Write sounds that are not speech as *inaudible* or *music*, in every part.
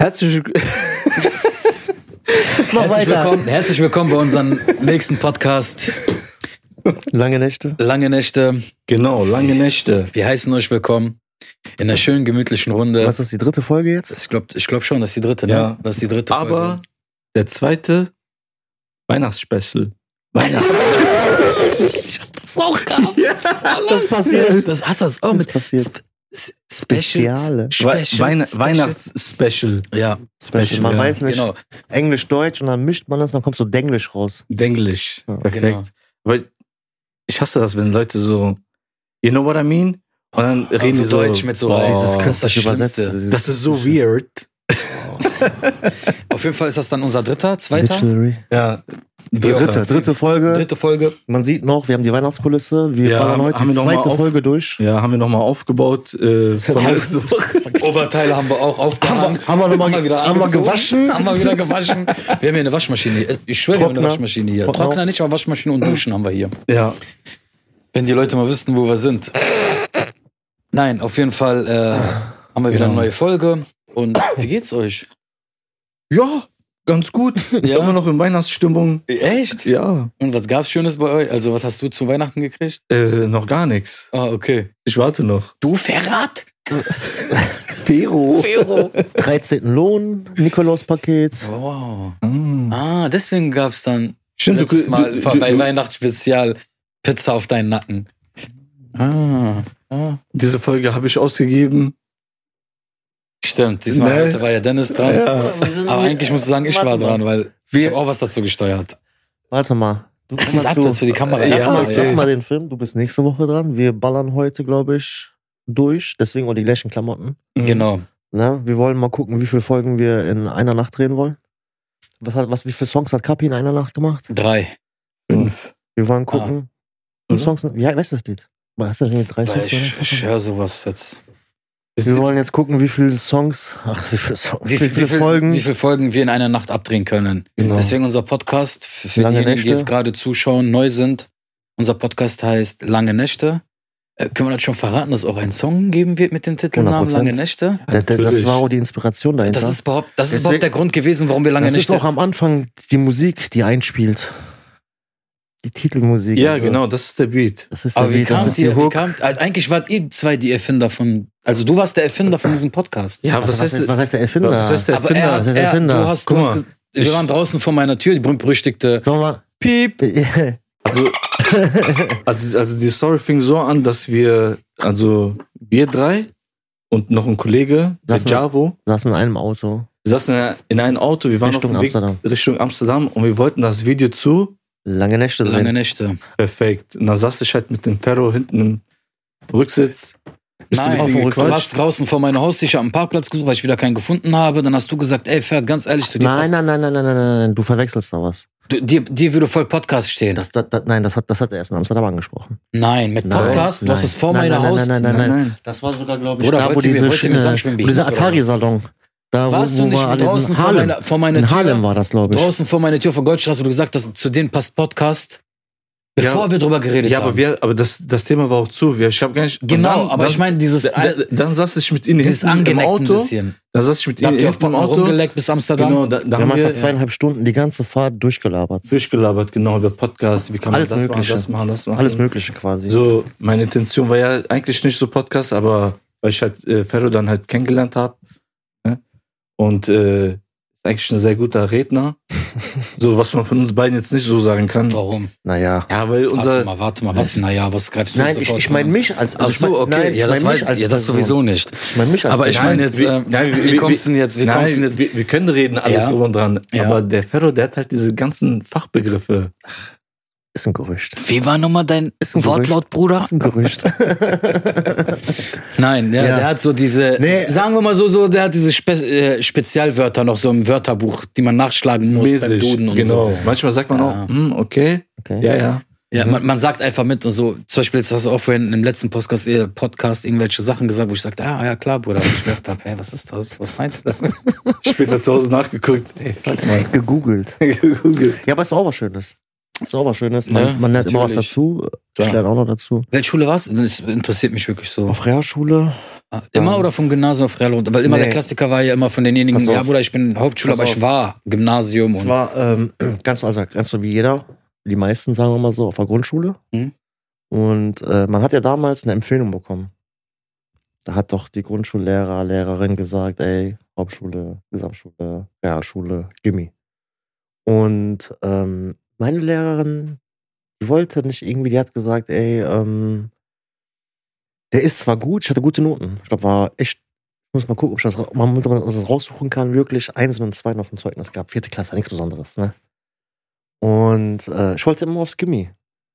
Herzlich, Mach Herzlich weiter. willkommen, herzlich willkommen bei unserem nächsten Podcast Lange Nächte. Lange Nächte. Genau, lange Nächte. Wir heißen euch willkommen in einer schönen gemütlichen Runde. Was ist die dritte Folge jetzt? Ich glaube ich glaub schon, das ist die dritte, ne? Ja. Das ist die dritte Aber Folge. der zweite Weihnachtsspecial. Weihnachts Das passiert. Das hast du das auch Was mit passiert? S- Speziale. Wei- Special, Weihn Special. Weihnachtsspecial. Ja, Special. Man ja, weiß nicht. genau. Englisch-Deutsch und dann mischt man das, dann kommt so Denglisch raus. Denglisch. Ja, Perfekt. genau. Aber ich hasse das, wenn Leute so, you know what I mean? Und dann reden die Reden so. Deutsch mit so Boah, Das Dieses ist künstlich Schlimmste. übersetzte. dieses das ist so weird. Auf jeden Fall ist das dann unser dritter, zweiter, Dictionary. Ja. Dritte, dritte Folge. dritte Folge. Man sieht noch, wir haben die Weihnachtskulisse. Wir Ja, ballern heute haben die wir noch mal zweite auf- Folge durch. Ja, haben wir nochmal aufgebaut. Äh, von *laughs* letzter Woche. Oberteile haben wir auch aufgehangen. Haben wir nochmal wieder haben wir angezogen, gewaschen? Haben wir wieder gewaschen. Wir haben hier eine Waschmaschine. Ich schwöre, wir haben eine Trockner. Waschmaschine hier. Trockner. Trockner, nicht, aber Waschmaschine und Duschen haben wir hier. Ja. Wenn die Leute mal wüssten, wo wir sind. Nein, auf jeden Fall äh, haben wir wieder Genau. eine neue Folge. Und wie geht's euch? Ja, ganz *laughs* gut. Ja? Immer noch in Weihnachtsstimmung. Echt? Ja. Und was gab's Schönes bei euch? Also, was hast du zu Weihnachten gekriegt? Äh, noch gar nichts. Ah, okay. Ich warte noch. Du Verrat? Fero. Fero. 13. Lohn, Nikolaus-Paket. Wow. Ah, deswegen gab's dann Mm. Stimmt, letztes Mal du, bei du, Weihnachtsspezial Pizza auf deinen Nacken. Ah. ah. diese Folge habe ich ausgegeben. Stimmt, diesmal Ne? heute war Ah, ja Dennis dran. Aber eigentlich musst du sagen, ich Warte mal. war dran, weil ich Wir- habe auch was dazu gesteuert. Warte mal. Du komm Ich mal sag zu- das für die Kamera. Lass, Ja, mal, okay. lass mal den Film. Du bist nächste Woche dran. Wir ballern heute, glaube ich, durch. Deswegen auch die gleichen Klamotten. Genau. Ne? Wir wollen mal gucken, wie viele Folgen wir in einer Nacht drehen wollen. Was hat, was, wie viele Songs hat Kapi in einer Nacht gemacht? Drei. Fünf. Wir wollen Ah. gucken. Fünf Songs. Wie heißt das Lied? Hast du denn drei Weil Songs? ich, oder? ich höre sowas jetzt. Wir wollen jetzt gucken, wie viele Songs, ach, wie viele Songs, wie, viel- viele viel- Folgen. Wie viele Folgen wir in einer Nacht abdrehen können. Genau. Deswegen unser Podcast, für für Lange diejenigen, Nächte. die jetzt gerade zuschauen, neu sind, unser Podcast heißt Lange Nächte. Äh, können wir das schon verraten, dass es auch einen Song geben wird mit dem Titelnamen 100%. Lange Nächte? Da- da- das Natürlich. war auch die Inspiration dahinter. Das ist überhaupt, das ist Deswegen- überhaupt der Grund gewesen, warum wir Lange das ist Nächte. auch am Anfang die Musik, die einspielt. Die Titelmusik. Ja, und so. genau, das ist der Beat. Das ist der Aber wie Beat, das kam ist die ihr, wie Hook. kam, also eigentlich wart ihr zwei die Erfinder von, also du warst der Erfinder von diesem Podcast. Ja, Also, was, heißt, was heißt der Erfinder? was heißt der Aber er, Erfinder? hat- das ist er, Erfinder. du hast, du Guck hast mal, ges- wir ich- waren draußen vor meiner Tür, die berühmt-berüchtigte Sollen wir, *laughs* Piep. Also, also, also die Story fing so an, dass wir, also wir drei und noch ein Kollege, der Lass mal. Javo, saßen in einem Auto. saßen in einem Auto, wir waren Richtung auf dem Weg Amsterdam. Richtung Amsterdam und wir wollten das Video zu. Lange Nächte drin. Lange Nächte. Perfekt. Und dann saß ich halt mit dem Ferro hinten im Rücksitz. Bist Nein, du mit ihm auf dem Du gequatscht? warst draußen vor meiner Haustür am Parkplatz gesucht, weil ich wieder keinen gefunden habe. Dann hast du gesagt, ey, Pferd, ganz ehrlich, zu dir, Nein, passt- nein, nein, nein, nein, nein, nein, nein, du verwechselst da was. du, dir, dir würde voll Podcast stehen. Das, das, das, nein, das hat, das hat er erst in Amsterdam angesprochen. nein, mit Nein, Podcast, du hast nein. es vor Nein, meiner nein, nein, Haustür. nein, nein, Nein, nein. Das war sogar, glaube Oder da, wo wollt ihr mir- diese, wollt ihr mir sagen, ich bin wo dieser behindert oder was? Atari-Salon, da Warst wo, wo du nicht war alles draußen in vor Harlem. meiner, vor meiner In Tür? Harlem war das, glaube ich. draußen vor meiner Tür vor Goldstraße, wo du gesagt hast, zu denen passt Podcast. Ja. Bevor wir drüber geredet Ja, haben. aber, wir, aber das, das Thema war auch zu. Wir, ich habe gar nicht. und genau, dann- aber dann- ich meine, dieses, Da- da- Dann saß ich mit ihnen dieses hinten im angeneckt ein Auto. bisschen. Dann saß ich mit Da ihnen habt ihr auf hinten im Bocken Auto. rumgeleckt bis Amsterdam. Genau, da, da Wir haben haben einfach wir zweieinhalb Stunden die ganze Fahrt durchgelabert. durchgelabert, genau, über Podcast. Wie kann man Alles das machen, Mögliche. das machen, das machen. Alles Mögliche quasi. So, meine Intention war ja eigentlich nicht so Podcast, aber weil ich halt äh, Ferro dann halt kennengelernt habe. Ne? Und äh, ist eigentlich ein sehr guter *laughs* Redner. so, was man von uns beiden jetzt nicht so sagen kann. Warum? Naja. Ja, weil warte unser. mal, warte mal. Was? Naja, was greifst du Nein, jetzt ich, sofort ich meine an? mich als Ach also ich mein- so, okay. nein, ja, ich das, mein mich weiß, als ja, das Person. sowieso nicht. Ich meine mich als Aber ich Person. meine jetzt, wir- ähm, nein, wir- wie wir- kommst du denn jetzt? Wie kommst du denn Nein, jetzt? wir, wir können reden, alles Ja. drum und dran. Ja. Aber der Ferro, der hat halt diese ganzen Fachbegriffe. ist ein Gerücht. Wie war nochmal dein Ist ein Wortlaut, Bruder? Ist ein *laughs* Gerücht. Nein, der, Ja. der hat so diese, Nee. sagen wir mal so, so, der hat diese Spe äh, Spezialwörter noch so im Wörterbuch, die man nachschlagen muss beim Duden und genau. so. Manchmal sagt man Ja. auch, hm, okay, Okay. ja, ja. Ja, man, man sagt einfach mit und so. Zum Beispiel, jetzt hast du auch vorhin im letzten Podcast, äh, Podcast irgendwelche Sachen gesagt, wo ich sagte, ah ja klar, Bruder. Und ich gedacht habe, hey, was ist das? Was meint *laughs* er damit? Später zu Hause nachgeguckt. Ey, fuck mal. *laughs* Gegoogelt. Ja, aber ist auch was Schönes. Ist auch was Schönes. Man, Ja, man lernt immer was natürlich. dazu. Ich Klar. lerne auch noch dazu. Welche Schule warst du? Das interessiert mich wirklich so. Auf Realschule Ah, Immer Ähm, oder vom Gymnasium auf Real runter? Weil immer nee. der Klassiker war ja immer von denjenigen, Pass auf. ja, Bruder, ich bin Hauptschüler, Pass aber ich auf. war Gymnasium Ich und. war ähm, *clears throat* ganz, also, ganz so wie jeder, die meisten sagen wir mal so, auf der Grundschule. Mhm. Und äh, man hat ja damals eine Empfehlung bekommen. Da hat doch die Grundschullehrer, Lehrerin gesagt, ey, Hauptschule, Gesamtschule, Realschule, gimme. Und ähm, meine Lehrerin, die wollte nicht irgendwie, die hat gesagt, ey, ähm, der ist zwar gut, ich hatte gute Noten. Ich glaube, war echt, ich muss mal gucken, ob ich das, ra- man, ob man das raussuchen kann, wirklich Einsen und Zweien auf dem Zeugnis gab. Vierte Klasse, nichts Besonderes, ne? Und äh, ich wollte immer aufs Gimmi.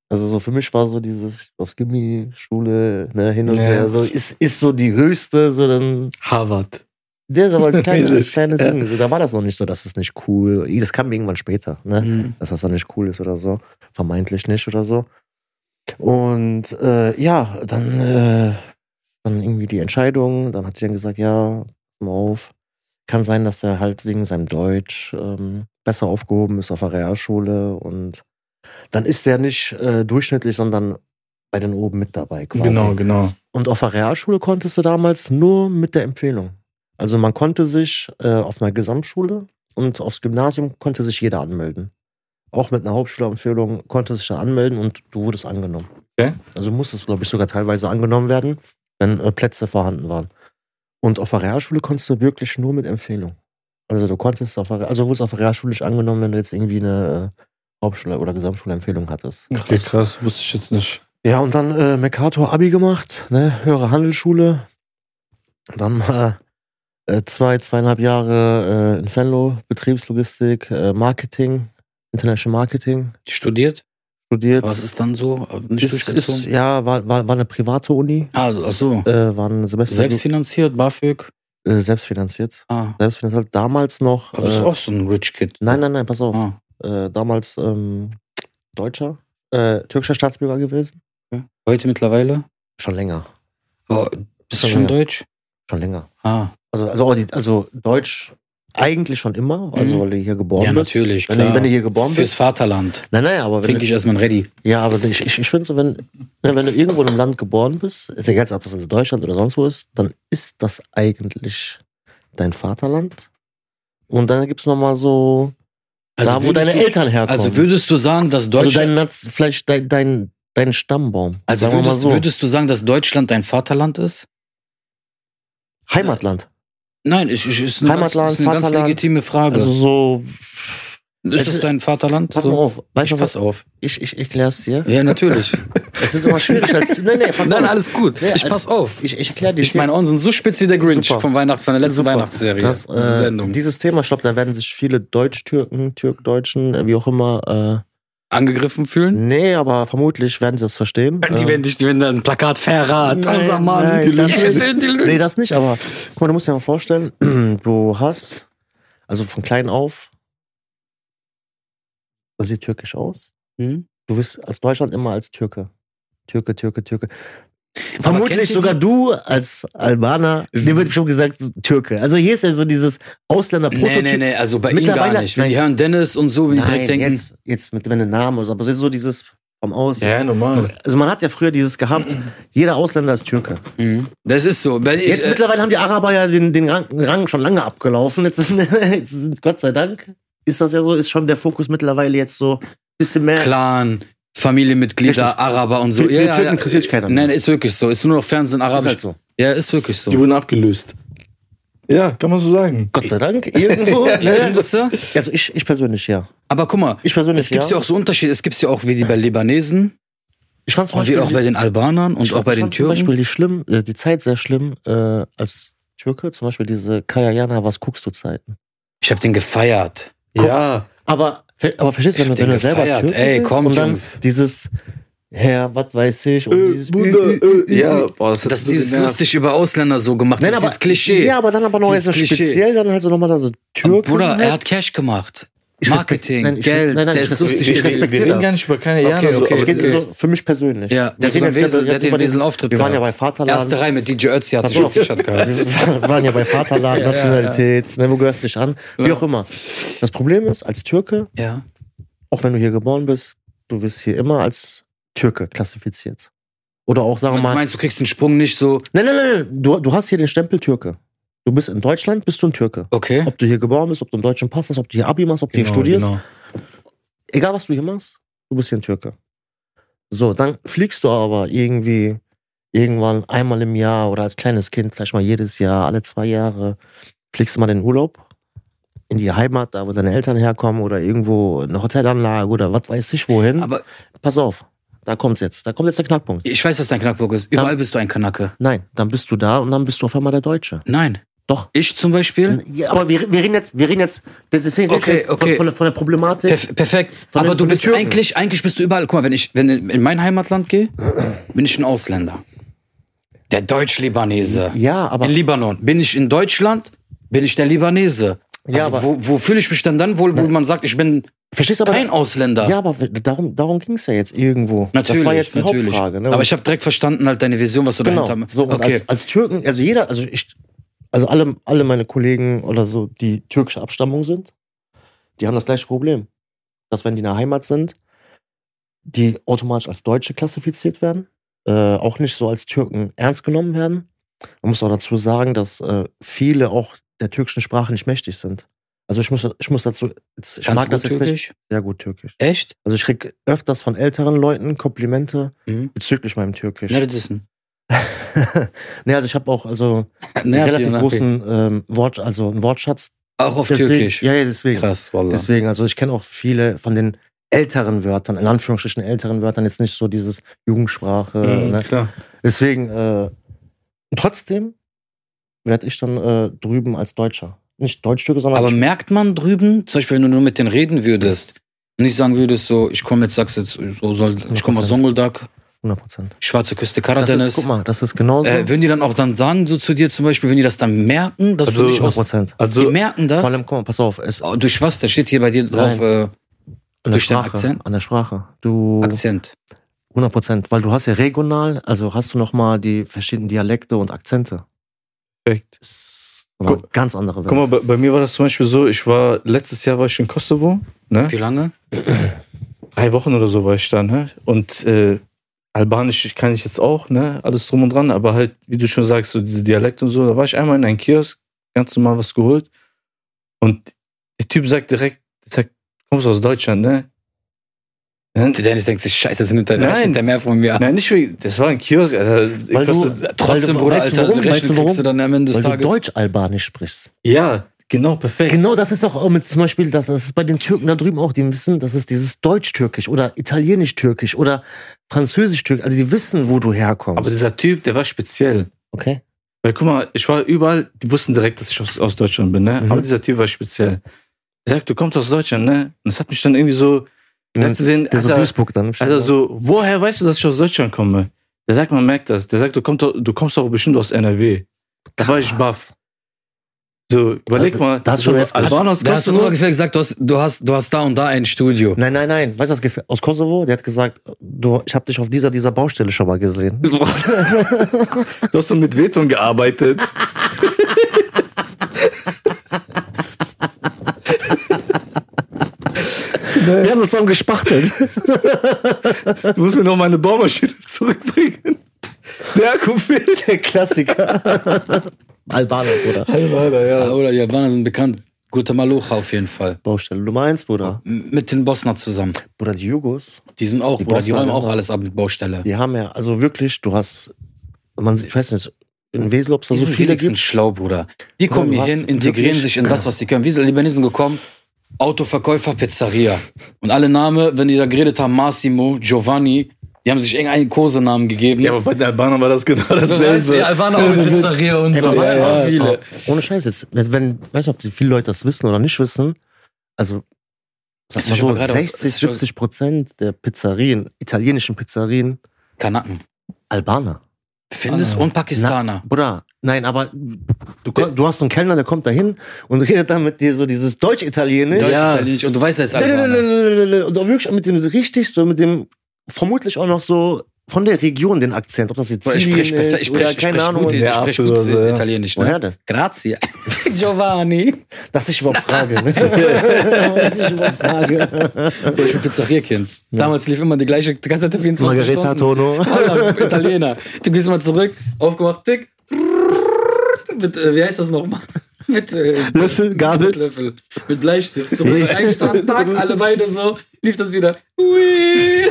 Also so für mich war so dieses aufs Gimmi, Schule, ne, hin und Ja. her, so ist, ist so die höchste, so dann Harvard. der ist aber *laughs* als kleines, als Mäßig, kleines ja. Junge. So, da war das noch nicht so, das ist nicht cool. Das kam irgendwann später, ne? Mhm. Dass das dann nicht cool ist oder so. Vermeintlich nicht oder so. Und äh, ja, dann, äh, dann irgendwie die Entscheidung. Dann hat sie dann gesagt, ja, pass mal auf. Kann sein, dass er halt wegen seinem Deutsch ähm, besser aufgehoben ist auf der Realschule. Und dann ist er nicht äh, durchschnittlich, sondern bei den oben mit dabei quasi. Genau, genau. Und auf der Realschule konntest du damals nur mit der Empfehlung. Also man konnte sich äh, auf einer Gesamtschule und aufs Gymnasium konnte sich jeder anmelden. Auch mit einer Hauptschülerempfehlung konnte sich da anmelden und du wurdest angenommen. Okay. Also musstest, glaube ich, sogar teilweise angenommen werden, wenn äh, Plätze vorhanden waren. Und auf der Realschule konntest du wirklich nur mit Empfehlung. Also du konntest auf der, also wurdest auf der Realschule nicht angenommen, wenn du jetzt irgendwie eine äh, Hauptschule- oder Gesamtschulempfehlung hattest. Okay, krass, wusste ich jetzt nicht. Ja, und dann äh, Mercator Abi gemacht, ne, höhere Handelsschule. Dann mal äh, zwei, zweieinhalb Jahre äh, in Venlo, Betriebslogistik, äh, Marketing, International Marketing Studiert? studiert. Was ist dann so? Nicht ist, ist, ja, war, war, war eine private Uni, also, ach so. äh, war ein Semester Selbstfinanziert, BAföG. äh, selbstfinanziert. Ah, Selbstfinanziert damals noch. du bist Äh, auch so ein Rich Kid. nein, nein, nein, pass auf. Ah, Äh, damals ähm, deutscher, äh, türkischer Staatsbürger gewesen. okay. Heute mittlerweile? Schon länger, Aber bist du Schon schon länger. deutsch? schon länger. Ah, Also, also, auch die, also Deutsch eigentlich schon immer, also Mhm. weil du hier geboren ja, bist. natürlich. Wenn, klar. Du, wenn du hier geboren Fürs bist. Vaterland. Nein, nein, aber wenn Trinke ich du, erstmal ein Ready. ja, aber wenn ich, ich, ich finde so, wenn, ne, wenn du irgendwo in einem Land geboren bist, ist egal, ob das in Deutschland oder sonst wo ist, dann ist das eigentlich dein Vaterland. Und dann gibt's noch nochmal so, da wo Also würdest deine du, Eltern herkommen. Also würdest du sagen, dass also Deutschland. dein, Naz- vielleicht dein, dein, dein Stammbaum. Also Sagen wir würdest, mal so. würdest du sagen, dass Deutschland dein Vaterland ist? Heimatland. Nein, ich, ich, ist eine, Heimatland, ganz, ist eine ganz Vaterland. legitime Frage. Also so, ist es es ist- dein Vaterland? pass mal auf, weißt ich du was, pass auf. ich, ich erklär's dir. *laughs* Ja, natürlich. Es ist immer schwierig *laughs* als, nein, nein, pass Nein, auf. alles gut. Ja, ich als- pass auf. Ich, ich erkläre dich. Ich meine, Ohren sind so spitz wie der Grinch Super. vom Weihnacht, von der letzten Super. Weihnachtsserie. das, Diese äh, Sendung. Dieses Thema, ich glaube, da werden sich viele Deutsch-Türken, Türk-Deutschen, äh, wie auch immer, Angegriffen äh, fühlen? nee, aber vermutlich werden sie das verstehen. *laughs* Die Ähm, werden dich, die werden dann ein Plakat verrat. Nein, unser Mann. nein, die das Lüge, nicht. die Lüge. Nee, das nicht, aber guck mal, du musst dir mal vorstellen, *clears throat* du hast, also von klein auf, du siehst türkisch aus. Hm? Du wirst aus Deutschland immer als Türke. Türke, Türke, Türke. Aber kennt Vermutlich ihr sogar die- du als Albaner, dir wird schon gesagt, Türke. Also hier ist ja so dieses Nee, Ausländer-Prototyp. nee, nee, also bei ihm Mittlerweile- gar nicht. Wenn die nein. hören Dennis und so, wenn die Nein, direkt denken, jetzt, jetzt mit wenn du Namen oder so, aber so dieses vom Aus. Ja, normal. Also man hat ja früher dieses gehabt, jeder Ausländer ist Türke. Mhm. das ist so. Wenn ich, Jetzt äh, mittlerweile haben die Araber ja den, den Rang, Rang schon lange abgelaufen. Jetzt, ist, jetzt sind, *laughs* Gott sei Dank ist das ja so, ist schon der Fokus mittlerweile jetzt so ein bisschen mehr. Clan, Familienmitglieder, Richtig. Araber und so. Für- für die Türken interessiert sich keiner mehr. Nein, ist wirklich so. Ist nur noch Fernsehen Ist arabisch. halt so. Ja, ist wirklich so. Die wurden abgelöst. Ja, kann man so sagen. Gott sei Dank, *laughs* irgendwo. ne? Findest du? Also ich, ich persönlich ja. Aber guck mal, Ich persönlich es gibt ja. ja auch so Unterschiede. Es gibt ja auch wie die bei Libanesen Ich fand zum und Oh, wie Beispiel, auch bei den Albanern und ich auch bei den fand zum Türken. Beispiel die, schlimm, äh, die Zeit sehr schlimm äh, als Türke. Zum Beispiel diese Kajana, was guckst du Zeiten. Ich habe den gefeiert. Ja. Aber, aber verstehst du, wenn Ich du, wenn hab den du selber gefeiert. Türke Ey, bist kommt, und dann Jungs. dieses Herr, was weiß ich und Äh, dieses Bruder, Ü, Ü, Ü, Ü. ja, boah, das hat Das ist so dieses genervt. lustig über Ausländer so gemacht. Nein, das ist aber dieses Klischee. Ja, aber dann aber noch Dieses so Klischee. speziell, dann halt so nochmal da so Aber Türken. Bruder, er halt. hat Cash gemacht. Ich Marketing, respekt- nein, ich- Geld, nein, nein, der ich ist respekt- lustig. ich gewesen. respektiere Wir das. reden gar nicht über keine Jahre. Okay, so, okay. aber ich rede das ist- so für mich persönlich. Ja, der Wir hat sogar reden einen Wesel- jetzt der hat über den dieses- Weselauftritt Wir waren ja bei gehabt. Vaterland. Erste Reihe mit DJ Ötzi hat Pass sich auf. auf die Stadt *laughs* gehalten. Wir waren ja bei Vaterland, *laughs* Ja, ja, Nationalität, ne, wo gehörst du dich an? Wie Ja. auch immer. Das Problem ist, als Türke, Ja. auch wenn du hier geboren bist, du wirst hier immer als Türke klassifiziert. Oder auch, sagen wir Du mal, meinst, du kriegst den Sprung nicht so, nein, nein, nein, nein, du, du hast hier den Stempel Türke. Du bist in Deutschland, bist du ein Türke. okay. Ob du hier geboren bist, ob du einen deutschen Pass hast, ob du hier Abi machst, ob du hier studierst, Genau. egal was du hier machst, du bist hier ein Türke. So, dann fliegst du aber irgendwie irgendwann einmal im Jahr oder als kleines Kind, vielleicht mal jedes Jahr, alle zwei Jahre, fliegst du mal in den Urlaub, in die Heimat, da wo deine Eltern herkommen oder irgendwo eine Hotelanlage oder was weiß ich wohin. Aber Pass auf, da kommt's jetzt, da kommt jetzt der Knackpunkt. ich weiß, was dein Knackpunkt ist. Überall Dann- bist du ein Kanake. Nein, dann bist du da und dann bist du auf einmal der Deutsche. Nein. Doch. Ich zum Beispiel? Ja, aber wir, wir reden jetzt, wir reden jetzt, das ist Okay, jetzt von, okay. von, der, von der Problematik. Perf perfekt. Von den- Aber du von den bist Türken. eigentlich, eigentlich bist du überall. Guck mal, wenn ich wenn in in mein Heimatland gehe, bin ich ein Ausländer. Der Deutsch-Libanese. ja, aber in Libanon. Bin ich in Deutschland, bin ich der Libanese. Ja, also aber- wo, wo fühle ich mich denn dann wohl, wo man sagt, ich bin verstehst du aber kein Ausländer? Ja, aber w- darum, darum ging es ja jetzt irgendwo. natürlich. das war jetzt die natürlich. Hauptfrage. Ne? Aber ich habe direkt verstanden, halt deine Vision, was du genau. dahinter so, und Okay. als, als Türken, also jeder, also ich, also alle, alle meine Kollegen oder so, die türkische Abstammung sind, die haben das gleiche Problem. Dass wenn die in der Heimat sind, die automatisch als Deutsche klassifiziert werden, äh, auch nicht so als Türken ernst genommen werden. Man muss auch dazu sagen, dass äh, viele auch der türkischen Sprache nicht mächtig sind. Also ich muss, ich muss dazu, jetzt, ich Kannst mag du das gut jetzt nicht Türkisch? sehr gut türkisch. Echt? Also ich krieg öfters von älteren Leuten Komplimente Mhm. bezüglich meinem Türkisch. Ne, das ist ein. *laughs* nee, also ich habe auch also einen Ne, relativ ne, großen ähm, Wort, also einen Wortschatz. Auch auf deswegen, Türkisch. Ja, ja, deswegen. Krass, wallah. Deswegen, also ich kenne auch viele von den älteren Wörtern, in Anführungsstrichen älteren Wörtern, jetzt nicht so dieses Jugendsprache. Mhm, Ne? klar. Deswegen, äh, trotzdem werde ich dann äh, drüben als Deutscher. Nicht Deutsch-Türke, sondern Aber merkt man drüben, zum Beispiel, wenn du nur mit denen reden würdest und nicht sagen würdest, so, ich komme jetzt, sagst jetzt, so soll, ich komme aus 100%. Songoldak, 100 Prozent. Schwarze Küste, Das ist, Karadennis. guck mal, also das ist genauso. Äh, würden die dann auch dann sagen, so zu dir zum Beispiel, wenn die das dann merken, dass Also, du nicht 100 aus. Prozent. Also, die merken das. Vor allem, guck mal, pass auf, es, Oh, durch was? Da steht hier bei dir drauf äh, an der Durch den Sprache. Akzent? An der Sprache. Du. äh, Akzent. 100 Prozent, weil du hast ja regional, also hast du nochmal die verschiedenen Dialekte und Akzente. perfekt. Das ist eine ganz andere Welt. Guck mal, bei, bei mir war das zum Beispiel so, ich war, letztes Jahr war ich in Kosovo, ne? Wie lange? drei Wochen oder so war ich da, ne? Und äh, Albanisch kann ich jetzt auch, ne? Alles drum und dran, aber halt, wie du schon sagst, so diese Dialekt und so, da war ich einmal in einem Kiosk, ganz normal was geholt. Und der Typ sagt direkt, der sagt, du kommst aus Deutschland, ne? Nein, Der Dennis denkt sich, scheiße, das nimmt der, Nein. rechnet der mehr von mir ab. nein, nicht wegen, das war ein Kiosk, Alter. Weil du- kostet- Trotzdem, Weil du- Bruder, weißt du Alter, warum? Rechnung Weißt du kriegst du warum? dann am Ende des weil du Tages. Deutsch-Albanisch sprichst. ja, genau, perfekt. Genau, das ist auch mit zum Beispiel, das, das ist bei den Türken da drüben auch, die wissen, das ist dieses Deutsch-Türkisch oder Italienisch-Türkisch oder Französisch-Türkisch. Also die wissen, wo du herkommst. Aber dieser Typ, der war speziell. okay. Weil guck mal, ich war überall, die wussten direkt, dass ich aus, aus Deutschland bin, ne? Mhm. Aber dieser Typ war speziell. Er sagt, du kommst aus Deutschland, ne? Und das hat mich dann irgendwie so, ich hab zu sehen, Der so Alter, Duisburg dann. Alter, so, woher weißt du, dass ich aus Deutschland komme? Der sagt, man merkt das. Der sagt, du kommst, doch- du kommst doch bestimmt aus NRW. Da war ich baff. So, überleg Also, mal. das ist schon heftig. Albaner aus Da hast du nur Kosovo. ungefähr gesagt, du hast, du, hast, du hast da und da ein Studio. Nein, nein, nein. Weißt du, das Gefühl- aus Kosovo, der hat gesagt, du, ich habe dich auf dieser, dieser Baustelle schon mal *laughs* gesehen. Du hast doch mit Veton gearbeitet. Wir haben uns *laughs* zusammen gespachtelt. Du musst mir noch meine Baumaschine *laughs* zurückbringen. Der Akku fehlt. Der Klassiker. *laughs* Albaner, Bruder. Alter, ja. Äh, Oder die Albaner sind bekannt. Guter Malocha auf jeden Fall. Baustelle Nummer eins, Bruder. M- Mit den Bosner zusammen. Bruder, die Jugos, Die sind auch, Die Bruder, die Bosner räumen auch sind- alles ab mit Baustelle. die haben ja, also wirklich, du hast, man, ich weiß nicht, in Wesel, ob es da Die so sind viele wenigstens gibt. schlau, Bruder. Die kommen Bruder, hier du hin, hast integrieren wirklich- sich in das, was sie können. Wie sind Libanesen gekommen? Autoverkäufer, Pizzeria. Und alle Namen, wenn die da geredet haben, Massimo, Giovanni, die haben sich irgendeinen Kosenamen gegeben. Ja, aber bei den Albanern war das genau so, weißt du, die dasselbe. Albaner auch mit Pizzeria und so. aber warte Ja, ja, mal, viele. oh, Ohne Scheiß jetzt, wenn, weiß nicht, ob viele Leute das wissen oder nicht wissen, also, sag Ist mal schon so, gerade aus- 60, ist schon- 70 Prozent der Pizzerien, italienischen Pizzerien, Kanaken. Albaner. Findest Ah. und Pakistaner. Bruder, nein, aber du, kon- du hast so einen Kellner, der kommt da hin und *laughs* redet dann mit dir so dieses Deutsch-Italienisch. Deutsch, Ja. Italienisch. Und du weißt, er ist Albaner. Und auch wirklich mit dem richtig, so mit dem vermutlich auch noch so von der Region den Akzent, ob das jetzt Boah, Ich Sizilien spreche ist perfekt- ich oder spreche ich keine spreche Ahnung. gut, ich Ja, spreche absolut, gut ja. Italienisch. Ne? Woher denn? Grazie. *laughs* Giovanni. Dass ich überhaupt frage. weißt du? Dass ich überhaupt frage. Boah, ich bin Pizzerierkind. Damals lief immer die gleiche Kassette 24 Margareta Stunden. Tono. Holland, Italiener. Du gehst mal zurück, aufgemacht, tick. Mit, äh, wie heißt das nochmal? Mit äh, Löffel, mit Gabel. Löffel, mit Bleistift. So Einstand, Tag, alle beide so, lief das wieder. Ui.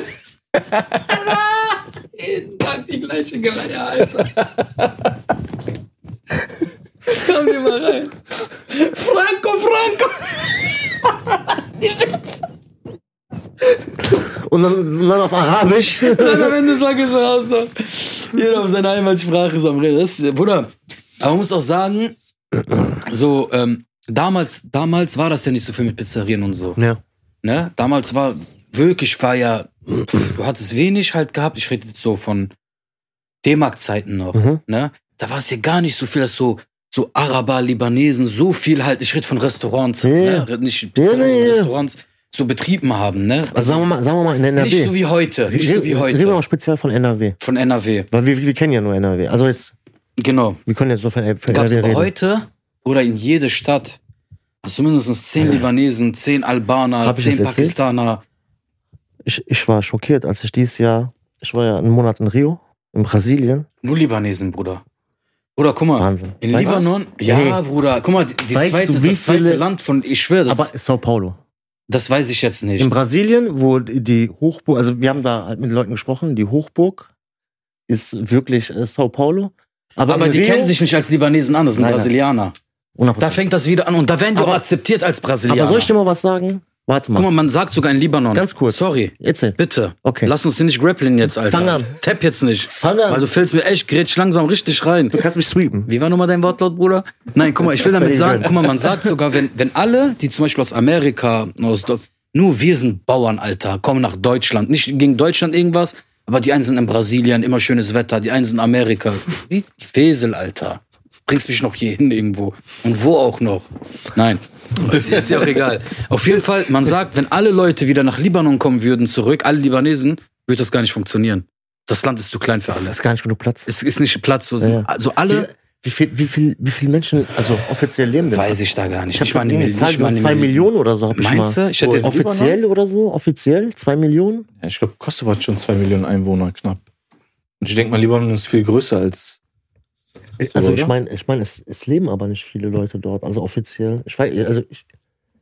Jeden Tag die gleiche Geleier, Alter. Komm hier mal rein. Franco, Franco. Und dann, und dann auf Arabisch. Dann am Ende sag ich so aus. So. Jeder auf seine Heimatsprache ist am Reden. Das, ist- Bruder, aber man muss auch sagen, so, ähm, damals, damals war das ja nicht so viel mit Pizzerien und so. Ja. Ne? Damals war wirklich, war ja, pff, du hattest wenig halt gehabt. Ich rede jetzt so von D-Mark-Zeiten noch. Mhm. Ne? Da war es ja gar nicht so viel, dass so, so Araber, Libanesen, so viel halt, ich rede von Restaurants, Ja. ne? nicht Pizzerien, Ja, ja, ja. Restaurants, so Betrieben haben. Ne? Also sagen wir mal, sagen wir mal in Nicht NRW. so wie heute. Nicht so wie Reden wir mal heute. speziell von NRW. Von NRW. Weil wir, wir kennen ja nur NRW. Also jetzt, Genau. wir können jetzt so von, von Gab es NRW reden. heute oder in jede Stadt hast du mindestens zehn Libanesen, zehn Albaner, Hab ich zehn das erzählt? Pakistaner. Ich, ich war schockiert, als ich dieses Jahr, ich war ja einen Monat in Rio, in Brasilien. Nur Libanesen, Bruder. Bruder, guck mal. Wahnsinn. In Weißt du Libanon? was? Ja, Hey. Bruder. Guck mal, die- die Weißt zweite, du, ist wie das zweite viele- Land von, ich schwöre, das, Aber Sao Paulo. das weiß ich jetzt nicht. In Brasilien, wo die Hochburg, also wir haben da halt mit Leuten gesprochen, die Hochburg ist wirklich äh, Sao Paulo. Aber, Aber, in die Rio, kennen sich nicht als Libanesen an, das sind Nein, nein. Brasilianer. 100%. Da fängt das wieder an und da werden die Aber- auch akzeptiert als Brasilianer. Aber soll ich dir mal was sagen? Warte guck mal, mal. man sagt sogar in Libanon. Ganz kurz. Sorry, Erzähl. bitte. Okay. Lass uns hier nicht grappeln jetzt, Alter. Fang an. Tap jetzt nicht. Fang an. Weil du fällst mir echt, grätsch langsam richtig rein. Du kannst mich sweepen. Wie war nochmal dein Wortlaut, Bruder? Nein, guck mal, ich will damit Very sagen, good. guck mal, man sagt sogar, wenn, wenn alle, die zum Beispiel aus Amerika, aus Deu- nur wir sind Bauern, Alter, kommen nach Deutschland. Nicht gegen Deutschland irgendwas, aber die einen sind in Brasilien, immer schönes Wetter, die einen sind in Amerika. Wie Fesel, Alter. Bringst mich noch hier hin irgendwo. Und wo auch noch. Nein. Das ist ja auch egal. Auf jeden Fall, man sagt, wenn alle Leute wieder nach Libanon kommen würden zurück, alle Libanesen, würde das gar nicht funktionieren. Das Land ist zu klein für Das alle. ist gar nicht genug Platz. Es ist nicht Platz, so Ja, ja. sind, also alle. Wie, wie, viel, wie, viel, wie viele Menschen, also offiziell leben denn? Weiß ich da gar Ich nicht. habe die eine Mil- Zahl, nicht mal gesagt, die zwei Mil- Millionen oder so habe ich Meinst mal. du? Ich hätte jetzt Offiziell oder so? Offiziell? Zwei Millionen? Ja, ich glaube, Kosovo hat schon zwei Millionen Einwohner knapp. Und ich denke mal, Libanon ist viel größer als. als also Kosovo, ich oder? meine, ich mein, es, es leben aber nicht viele Leute dort, also offiziell. Ich weiß, also ich,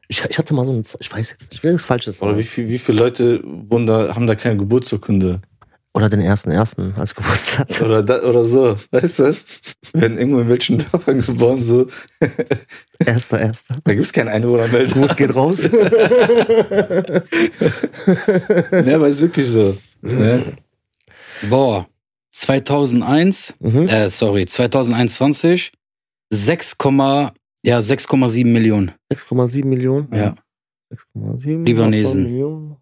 ich, ich hatte mal so eine Zahl, ich weiß jetzt nicht, ich will nichts Falsches sagen. Oder wie, viel, wie viele Leute wohnen da, haben da keine Geburtsurkunde? Oder den ersten ersten als *laughs* Geburtstag. Oder, da, oder so, weißt du? Werden irgendwo in welchen Dörfern geboren, so. erster erster. Da gibt es keinen *laughs* Einwohnermeldung. Gruß geht raus. *laughs* ne, aber ist wirklich so. Ne? Boah, 2001, mhm. äh, sorry, 2021, 6, ja, 6,7 Millionen. 6,7 Millionen. Ja. 6,7 Libanesen. 20 Millionen.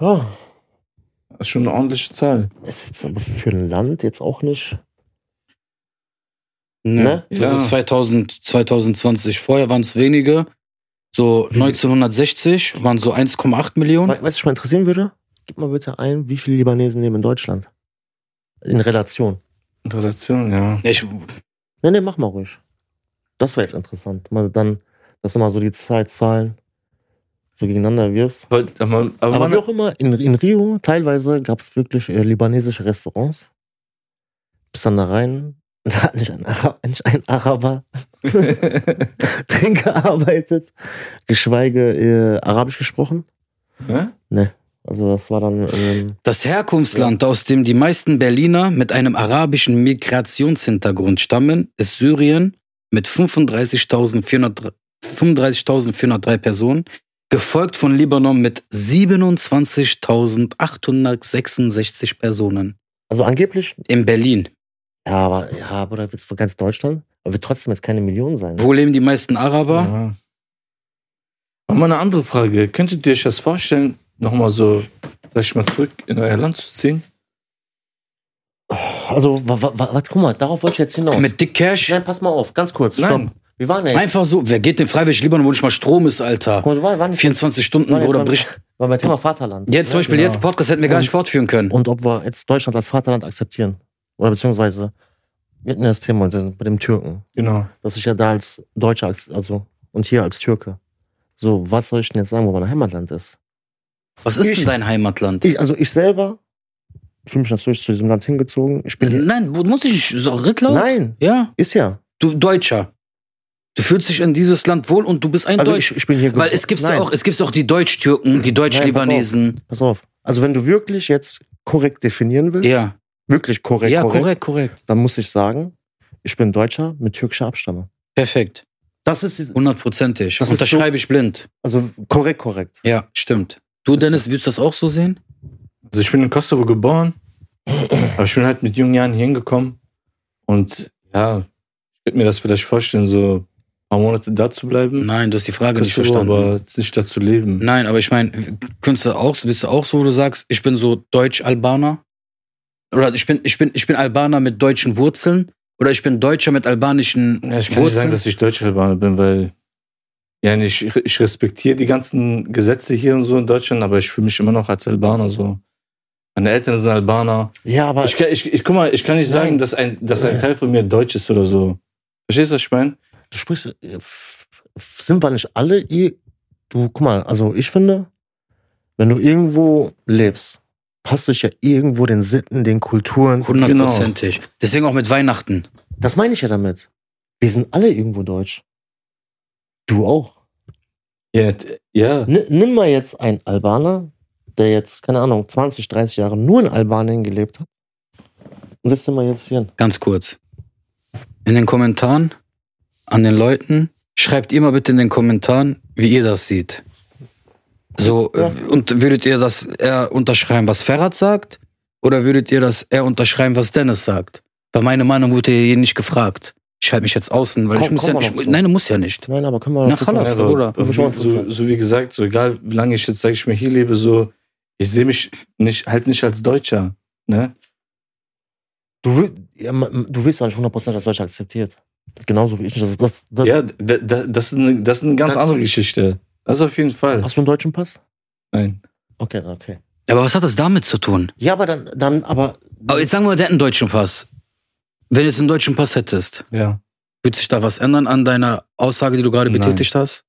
Ja, Das ist schon eine ordentliche Zahl. ist jetzt aber für ein Land jetzt auch nicht. Ne? Ne? Also Ja. 2000, 2020, vorher waren es wenige. So 1960 waren so 1,8 Millionen. We- Was ich mal interessieren würde, gib mal bitte ein, wie viele Libanesen leben in Deutschland? In Relation. In Relation, ja. Ja, Ich, Nee, nee, mach mal ruhig. Das wäre jetzt interessant. Mal dann, dass du mal so die Zeitzahlen so gegeneinander wirfst. Aber, aber, aber, Aber wie man, auch immer, in, in Rio teilweise gab es wirklich äh, libanesische Restaurants. Bist dann da rein, *laughs* da hat nicht ein, Ara nicht ein Araber *laughs* *laughs* drin gearbeitet, geschweige äh, Arabisch gesprochen. ne? Also das war dann, ähm, das Herkunftsland, aus dem die meisten Berliner mit einem arabischen Migrationshintergrund stammen, ist Syrien mit 35.403 35.403 Personen, gefolgt von Libanon mit 27.866 Personen. also angeblich, In Berlin. ja, aber ja, aber jetzt von ganz Deutschland, aber wird trotzdem jetzt keine Million sein. ne? Wo leben die meisten Araber? Ja. Aber mal eine andere Frage. Könntet ihr euch das vorstellen, nochmal so, sag ich mal, zurück in euer Land zu ziehen? Also, wa, wa, wa, warte, guck mal, darauf wollte ich jetzt hinaus. Mit Dick Cash? Nein, pass mal auf, ganz kurz, stopp. Nein. Wir waren ja jetzt. Einfach so. Wer geht denn freiwillig Libanon, wo nicht mal Strom ist, Alter? Guck mal, wir waren, 24 Stunden, Nein, jetzt Bruder, mal- bricht, Weil wir Thema Vaterland. Jetzt zum ne? Beispiel genau. jetzt Podcast hätten wir gar Und- nicht fortführen können. Und ob wir jetzt Deutschland als Vaterland akzeptieren. Oder beziehungsweise, wir hatten ja das Thema mit dem Türken. Genau. Dass ich ja da als Deutscher, als- also und hier als Türke. So, was soll ich denn jetzt sagen, wo mein Heimatland ist? Was ist ich- denn dein Heimatland? Ich, also ich selber fühle mich natürlich zu diesem Land hingezogen. Ich bin hier. Nein, du musst dich nicht so Rittler? Nein, Ja, ist ja. du Deutscher. Du fühlst dich in dieses Land wohl und du bist ein Also Deutscher. ich, ich bin hier. Weil gebo- es gibt ja Nein, auch, es gibt's auch die Deutsch-Türken, die Deutsch-Libanesen. Pass auf. Also wenn du wirklich jetzt korrekt definieren willst, Ja, wirklich korrekt, ja, korrekt, korrekt, korrekt. dann muss ich sagen, ich bin Deutscher mit türkischer Abstammung. Perfekt. Das ist Hundertprozentig. Das ist Unterschreibe ich blind. also korrekt, korrekt. Ja, stimmt. Du, Das- Dennis, würdest du das auch so sehen? Also ich bin in Kosovo geboren, aber ich bin halt mit jungen Jahren hier hingekommen. Und ja, ich könnte mir das vielleicht vorstellen, so ein paar Monate da zu Hm. bleiben. Nein, du hast die Frage nicht Kosovo, verstanden. aber jetzt nicht da zu leben. Nein, aber ich meine, könntest du auch, bist du auch so, wo du sagst, ich bin so Deutsch-Albaner? Oder ich bin, ich bin, ich bin Albaner mit deutschen Wurzeln? Oder ich bin Deutscher mit albanischen Ja, ich kann nicht Wurzeln? sagen, dass ich Deutsch-Albaner bin, weil ja, ich, ich respektiere die ganzen Gesetze hier und so in Deutschland, aber ich fühle mich immer noch als Albaner so. Meine Eltern sind Albaner. Ja, aber Ich kann, ich, ich, guck mal, ich kann nicht Nein. sagen, dass ein, dass ein Teil von mir deutsch ist oder so. Verstehst du, was ich meine? du sprichst, äh, f- f- sind wir nicht alle, eh- du, guck mal, also ich finde, wenn du irgendwo lebst, passt dich ja irgendwo den Sitten, den Kulturen. Hundertprozentig. Deswegen auch mit Weihnachten. Das meine ich ja damit. Wir sind alle irgendwo deutsch. Du auch. Ja, t- ja. N nimm mal jetzt einen Albaner, der jetzt, keine Ahnung, 20, 30 Jahre nur in Albanien gelebt hat. Und setzt den mal jetzt hier hin. Ganz kurz. In den Kommentaren an den Leuten, schreibt ihr mal bitte in den Kommentaren, wie ihr das seht. So, Ja. äh, und würdet ihr das eher unterschreiben, was Ferhat sagt? Oder würdet ihr das eher unterschreiben, was Dennis sagt? Bei meiner Meinung wurde hier nicht gefragt. Ich halte mich jetzt außen, weil Komm- ich muss komm ja mal nicht. noch zu. Nein, du musst ja nicht. Nein, aber können wir Na, gucken. Chalas, Also, Bruder. bin schon so, interessant. so wie gesagt, so egal wie lange ich jetzt, sage ich mal, hier lebe, so, ich sehe mich nicht, halt nicht als Deutscher. Ne? Du, will- ja, ma- du willst ja nicht 100% als Deutscher akzeptiert. Genauso wie ich. nicht. Das, das, das, Ja, da, da, das, ist eine, das ist eine ganz Das- andere Geschichte. Das auf jeden Fall. Hast du einen deutschen Pass? Nein. Okay, okay. Aber was hat das damit zu tun? Ja, aber dann, dann aber Aber jetzt sagen wir mal, der hat einen deutschen Pass. Wenn du jetzt einen deutschen Pass hättest, Ja. würde sich da was ändern an deiner Aussage, die du gerade Nein. betätigt hast?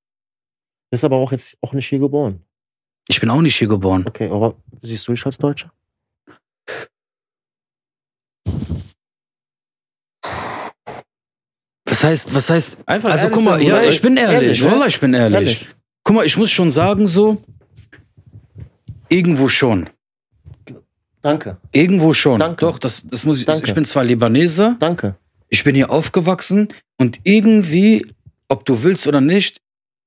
bist aber auch jetzt auch nicht hier geboren. Ich bin auch nicht hier geboren. Okay, aber siehst du dich als Deutscher? Das heißt, was heißt, Einfach also ehrlich guck mal, sein, ja, oder? ich bin ehrlich, Ehrlich, ne? Wallah, ich bin ehrlich. Guck mal, ich muss schon sagen so, irgendwo schon, Danke, irgendwo schon. Danke. Doch, das, das muss ich, Danke. ich bin zwar Libanese, danke. ich bin hier aufgewachsen und irgendwie, ob du willst oder nicht,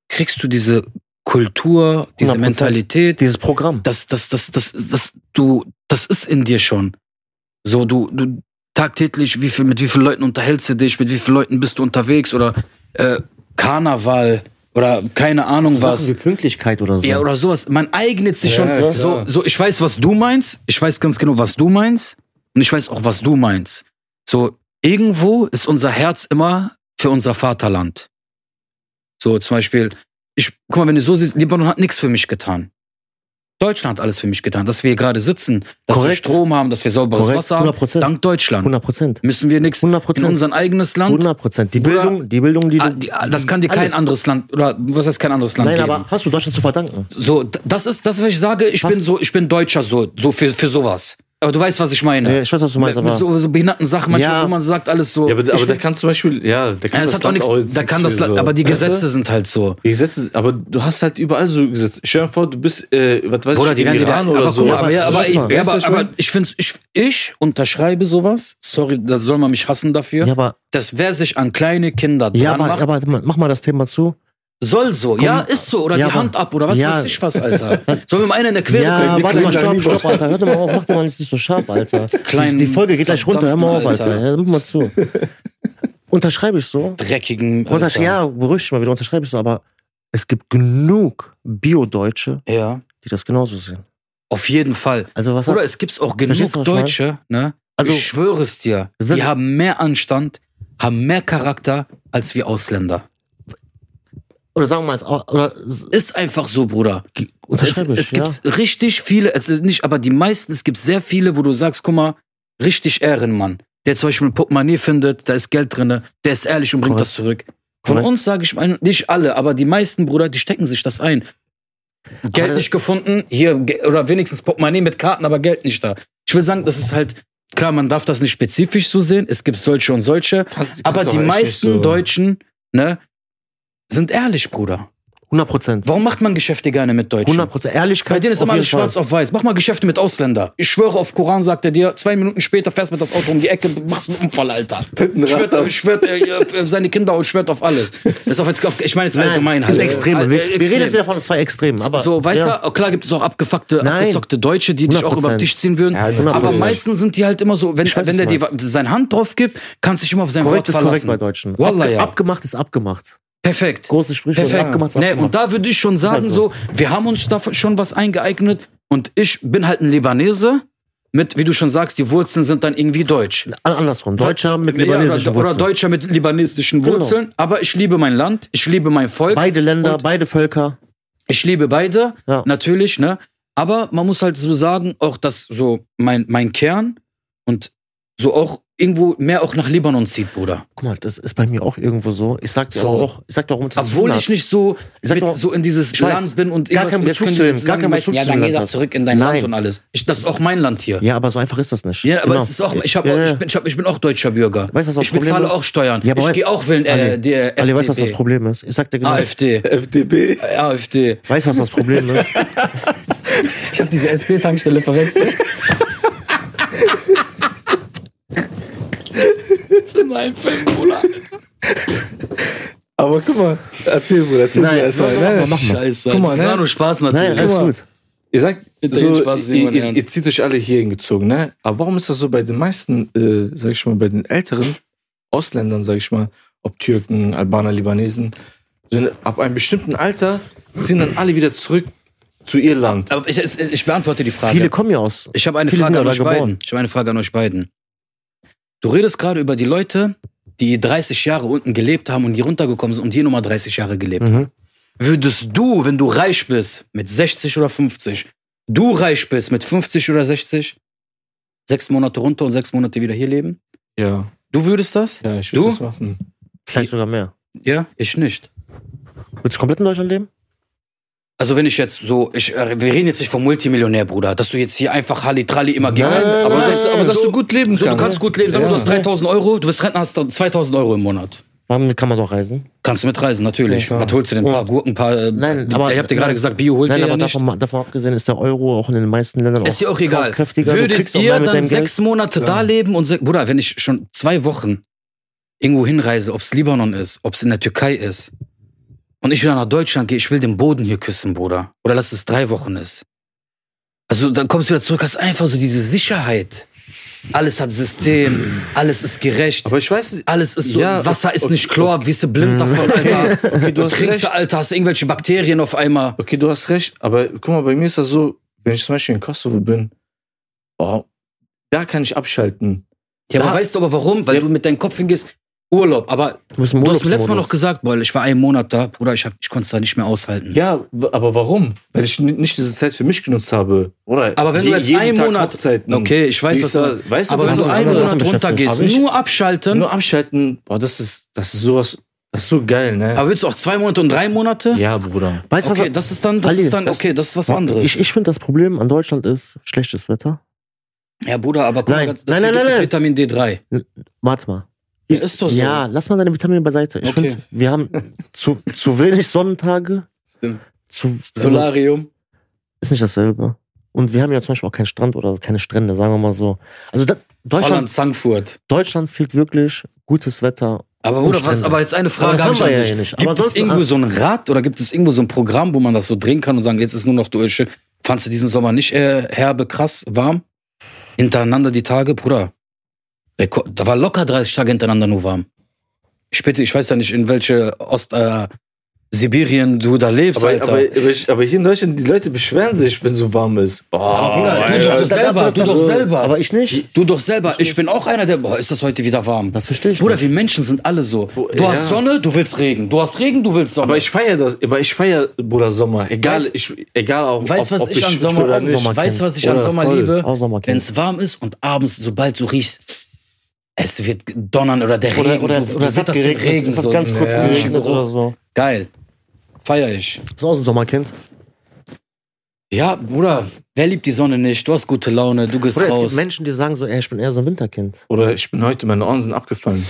kriegst du diese Kultur, diese 100%. Mentalität, Dieses Programm. das, das, das, das, das, du, das ist in dir schon. So, du, du tagtäglich, wie viel, mit wie vielen Leuten unterhältst du dich, mit wie vielen Leuten bist du unterwegs oder äh, Karneval oder keine Ahnung Sachen was. wie Pünktlichkeit oder so. Ja, oder sowas. Man eignet sich Ja, schon. klar. So, so, ich weiß, was du meinst. Ich weiß ganz genau, was du meinst. Und ich weiß auch, was du meinst. So, irgendwo ist unser Herz immer für unser Vaterland. So, zum Beispiel, ich, guck mal, wenn du so siehst, Libanon hat nichts für mich getan. Deutschland hat alles für mich getan. Dass wir hier gerade sitzen, dass wir Korrekt. Strom haben, dass wir sauberes Korrekt, Wasser haben. 100%. Dank Deutschland. 100 Prozent. Müssen wir nichts 100 in Prozent. unser eigenes Land. 100 Prozent. Die Bruder, Bildung, die Bildung, die, du- Ah, die, ah, das kann dir kein alles. anderes Land, oder was heißt kein anderes Land Nein, geben? aber hast du Deutschland zu verdanken? So, d- das ist das, was ich sage. Ich Was? bin so, ich bin Deutscher so, so für, für sowas. Aber du weißt, was ich meine. Ja, ich weiß, was du meinst, Mit- Mit aber- so, so behinderten Sachen, manchmal, Ja. wo man sagt, alles so. Ja, aber, Ich aber da find- kann zum Beispiel, ja, da kann ja, das, das hat auch Land nichts, auch jetzt da kann nichts das für, Land, so. aber die Weißt du? Gesetze sind halt so. Die Gesetze, aber du hast halt überall so Gesetze. Stell dir vor, du bist, äh, was weiß Oder ich, die im werden dir da, Iran oder aber, so. guck mal, aber, ja, aber, Lass ich, mal. ja, Weißt du, aber, was ich meine? aber ich find's, ich, ich unterschreibe sowas. Sorry, da soll man mich hassen dafür. Ja, aber, Dass wer sich an kleine Kinder dran ja, aber, macht, aber mach mal das Thema zu. soll so. ja, ist so. Oder Ja, die aber- Hand ab oder was Ja. weiß ich was, Alter. *laughs* Soll mir mal einer in der Quere ja, kommen? warte mal, kleinen stopp, Lieber. stopp, Alter. Hör doch mal auf, mach dir mal nicht so scharf, *laughs* Alter. Kleinen die, die Folge geht gleich runter, hör mal auf, verdammten Alter. Alter. Hör mal zu. Unterschreibe ich so. Dreckigen. Untersch ja, beruhig dich mal wieder, unterschreibe ich so, aber es gibt genug Bio-Deutsche, ja. die das genauso sehen. Auf jeden Fall. Also was Oder hat, es gibt auch genug Verstehst du, was ich meine? Deutsche, ne? Also- ich schwöre es dir, Das- die haben mehr Anstand, haben mehr Charakter als wir Ausländer. oder sagen wir mal, als Au- oder s- Ist einfach so, Bruder. es, unterschreibe ich, es ja. gibt richtig viele, also nicht, aber die meisten, es gibt sehr viele, wo du sagst, guck mal, richtig Ehrenmann. Der zum Beispiel Portemonnaie findet, da ist Geld drinne, der ist ehrlich und bringt Korrekt. das zurück. Von Korrekt. uns sage ich mal, nicht alle, aber die meisten, Bruder, die stecken sich das ein. Geld das- nicht gefunden, hier, ge- oder wenigstens Portemonnaie mit Karten, aber Geld nicht da. Ich will sagen, das ist halt, klar, man darf das nicht spezifisch so sehen, es gibt solche und solche, Kannst- aber kannst die auch echt nicht meisten so- Deutschen, ne, sind ehrlich, Bruder. 100 Prozent. Warum macht man Geschäfte gerne mit Deutschen? 100 Prozent. Ehrlichkeit. Bei denen ist auf immer alles jeden Fall. schwarz auf weiß. Mach mal Geschäfte mit Ausländer. Ich schwöre auf Koran, sagt er dir, zwei Minuten später fährst mit das Auto um die Ecke, machst einen Unfall, Alter. Schwört, auf- schwört äh, auf seine Kinder und schwört *laughs* auf alles. Das ist auf jetzt, auf- ich meine jetzt allgemein halt. also, Nein, Äh, ins Extreme. Wir, wir reden jetzt wieder von zwei Extremen. Aber, so, weißt ja. du, oh, klar gibt es auch abgefuckte, Nein. abgezockte Deutsche, die dich auch 100%. über den Tisch ziehen würden. Ja, aber 100%. meistens sind die halt immer so, wenn, weiß, wenn der was du dir wa- seine Hand drauf gibt, kannst du dich immer auf sein Korrekt Wort ist korrekt verlassen. bei Deutschen. Wallah, ja. Abgemacht ist abgemacht. Perfekt. Großes Sprichwort. Perfekt. Abgemacht ist nee, abgemacht. und da würde ich schon sagen, halt so. so. wir haben uns da schon was eingeeignet und ich bin halt ein Libanese mit, wie du schon sagst, die Wurzeln sind dann irgendwie deutsch. An- Andersrum. Deutscher mit Ja, libanesischen oder, oder Wurzeln. Deutscher mit libanesischen Genau. Wurzeln, aber ich liebe mein Land, ich liebe mein Volk, Beide Länder, Und- beide Völker. ich liebe beide, Ja. natürlich, ne? Aber man muss halt so sagen, auch dass so mein, mein Kern und so auch irgendwo mehr auch nach Libanon zieht, Bruder. Guck mal, das ist bei mir auch irgendwo so. Ich sag dir So. auch, ich sag dir auch, um das Obwohl ich nicht so, Ich sag mit, doch- so in dieses ich weiß, Land bin und gar irgendwas- keinen jetzt Bezug können zu die dem, jetzt gar sagen, keinen meist, Bezug Ja, zu dann dem geh doch Land hast. zurück in dein Land Nein. und alles. Ich, das ist auch mein Land hier. Ja, Ja, aber so einfach ist das nicht. aber Genau. es ist auch, ich, hab, auch- Ja, ja, ich, ja. bin, ich, hab, ich bin auch deutscher Bürger. Weißt du, was das ich Problem bezahle ist? auch Steuern. Ja, aber ich wei- gehe auch wählen, äh, Ali, der Ali, FDP. weißt du, was das Problem ist? Ich sag dir genau. AfD. FDP. Äh, AfD. Weißt du, was das Problem *laughs* ist? Ich habe diese SP-Tankstelle *laughs* verwechselt. Nein, Film, Bruder. Aber guck mal, erzähl, Bruder, erzähl Nein, dir erstmal. nein, ne? nein, Mach mal. Scheiße. Guck mal, das ne? war nur Spaß natürlich. Nein, alles mal. gut. Ihr sagt, Bitte, so, Spaß ist ihr, irgendwann ihr, ernst. ihr zieht euch alle hier hingezogen, ne? Aber warum ist das so bei den meisten, äh, sag ich mal, bei den älteren Ausländern, sag ich mal, ob Türken, Albaner, Libanesen, so in- ab einem bestimmten Alter ziehen dann alle wieder zurück zu ihr Land. Aber ich, ich, ich beantworte die Frage. Viele kommen ja aus. Ich habe eine Viele Frage sind an ja euch da geboren. beiden. Ich habe eine Frage an euch beiden. Du redest gerade über die Leute, die 30 Jahre unten gelebt haben und hier runtergekommen sind und hier nochmal 30 Jahre gelebt haben. Würdest du, wenn du reich bist, mit 60 oder 50, du reich bist mit 50 oder 60, sechs Monate runter und sechs Monate wieder hier leben? Ja, Du würdest das? ja, ich Du? würde das machen. Vielleicht sogar mehr. Ja, ich nicht. Willst du komplett in Deutschland leben? Also wenn ich jetzt so, ich, äh, wir reden jetzt nicht vom Multimillionär, Bruder, dass du jetzt hier einfach Halli Tralli immer gehst. Nein, nein, aber nein, dass, du- aber nein, dass so- du gut leben so, du kannst. Du kannst kannst gut leben. Sag mal, Ja. du hast 3000 Euro, du bist Rentner, hast dann 2000 Euro im Monat. Damit kann man doch reisen. Kannst du mitreisen, natürlich. Ja, klar. Was holst du denn? Ein paar Gurken, ein paar... Äh, Nein, aber- Ich hab dir gerade nein. gesagt, Bio holt Nein, ihr ja aber nicht. davon, davon abgesehen ist der Euro auch in den meisten Ländern Ist ja auch egal. kaufkräftiger. Du Würdet kriegst auch ihr mehr mit dann deinem sechs Monate da leben und... se- Bruder, wenn ich schon zwei Wochen irgendwo hinreise, ob's Libanon ist, ob's in der Türkei ist, und ich wieder nach Deutschland gehe, ich will den Boden hier küssen, Bruder. Oder lass es drei Wochen ist. Also dann kommst du wieder zurück, hast einfach so diese Sicherheit. Alles hat System, alles ist gerecht. Aber ich weiß nicht, Alles ist so, Ja, Wasser ist okay, nicht Chlor, wirst du blind davon, Alter. okay, du Du hast trinkst, recht. Alter, hast irgendwelche Bakterien auf einmal. Okay, du hast recht, aber guck mal, bei mir ist das so, wenn ich zum Beispiel in Kosovo bin, oh, da kann ich abschalten. Ja, aber Ja. weißt du aber warum? Weil Ja. du mit deinem Kopf hingehst, Urlaub. Aber Geld. Du bist im du hast mir letztes Mal Urlaubsmodus. noch gesagt, Boy, ich war einen Monat da, Bruder, ich, hab, ich konnte es da nicht mehr aushalten. Ja, w- aber warum? Weil ich n- nicht diese Zeit für mich genutzt habe. Oder Aber wenn du je- jetzt jeden einen Tag Monat- Mhm. Hochzeiten, Okay, ich weiß, Dies, was du das- weißt du, aber das wenn du ist ist einen andere Monat Sache runtergehst, beschäftigt. nur abschalten, nur abschalten, boah, das ist, das ist sowas, das ist so geil, ne? aber willst du auch zwei Monate und drei Monate? ja, Bruder. Weißt du, Okay, was das ist dann, das Ali, ist dann, das- okay, das ist was anderes. Ich, ich finde, das Problem an Deutschland ist schlechtes Wetter. ja, Bruder, aber guck mal, Nein, das nein, nein, gibt nein, es nein. Vitamin D3. Warte mal. Ja, ist doch so. Ja, lass mal deine Vitamine beiseite. Ich Okay. finde, wir haben *laughs* zu, zu wenig Sonnentage. Stimmt. Zu, also, Solarium. ist nicht dasselbe. Und wir haben ja zum Beispiel auch keinen Strand oder keine Strände, sagen wir mal so. Also da, Holland, Deutschland, Frankfurt. Deutschland fehlt wirklich gutes Wetter. Aber Und Bruder, was, Strände. aber jetzt eine Aber Frage das hab haben ich wir an ja dich. hier nicht. Gibt Aber es äh, sonst- Ah, irgendwo so ein Rad oder gibt es irgendwo so ein Programm, wo man das so drehen kann und sagen, jetzt ist nur noch Deutsche. Fandst du diesen Sommer nicht äh, herbe, krass, warm? Hintereinander die Tage, Bruder. Rekord- Da war locker 30 Tage hintereinander nur warm. Ich bitte, ich weiß ja nicht, in welche Ost, äh, Sibirien du da lebst, Aber, Alter. aber, aber, ich- aber hier in Deutschland, die Leute beschweren sich, wenn so warm ist. Aber Bruder, mein du doch Gott. Das- das- selber, das- du das- doch selber. Aber ich nicht. du doch selber, ich bin auch einer, der, boah, ist das heute wieder warm. Das verstehe ich Bruder, nicht. wir Menschen sind alle so. Du ja. hast Sonne, du willst Regen. Du hast Regen, du willst Sonne. aber ich feiere das, aber ich feiere, Bruder, Sommer. Egal, Weißt- ich, egal ob, weißt du, ob, was ob ich an schwitze Sommer, oder auch nicht. Sommer- weißt, du, was ich an Oder Sommer voll. liebe? Auch Sommer Wenn kennt. es warm ist und abends, sobald du riechst, es wird donnern oder der Oder, Regen. oder, es- du, oder es du hat witterst den geregnet. Regen es hat so. ganz kurz Ja. geregnet oder so. Geil. Feier ich. Ist auch so ein Sommerkind. Ja, Bruder, wer liebt die Sonne nicht? Du hast gute Laune, du gehst Oder es gibt raus. Menschen, die sagen so, ey, ich bin eher so ein Winterkind. Oder ich bin heute meine Ohren sind abgefallen.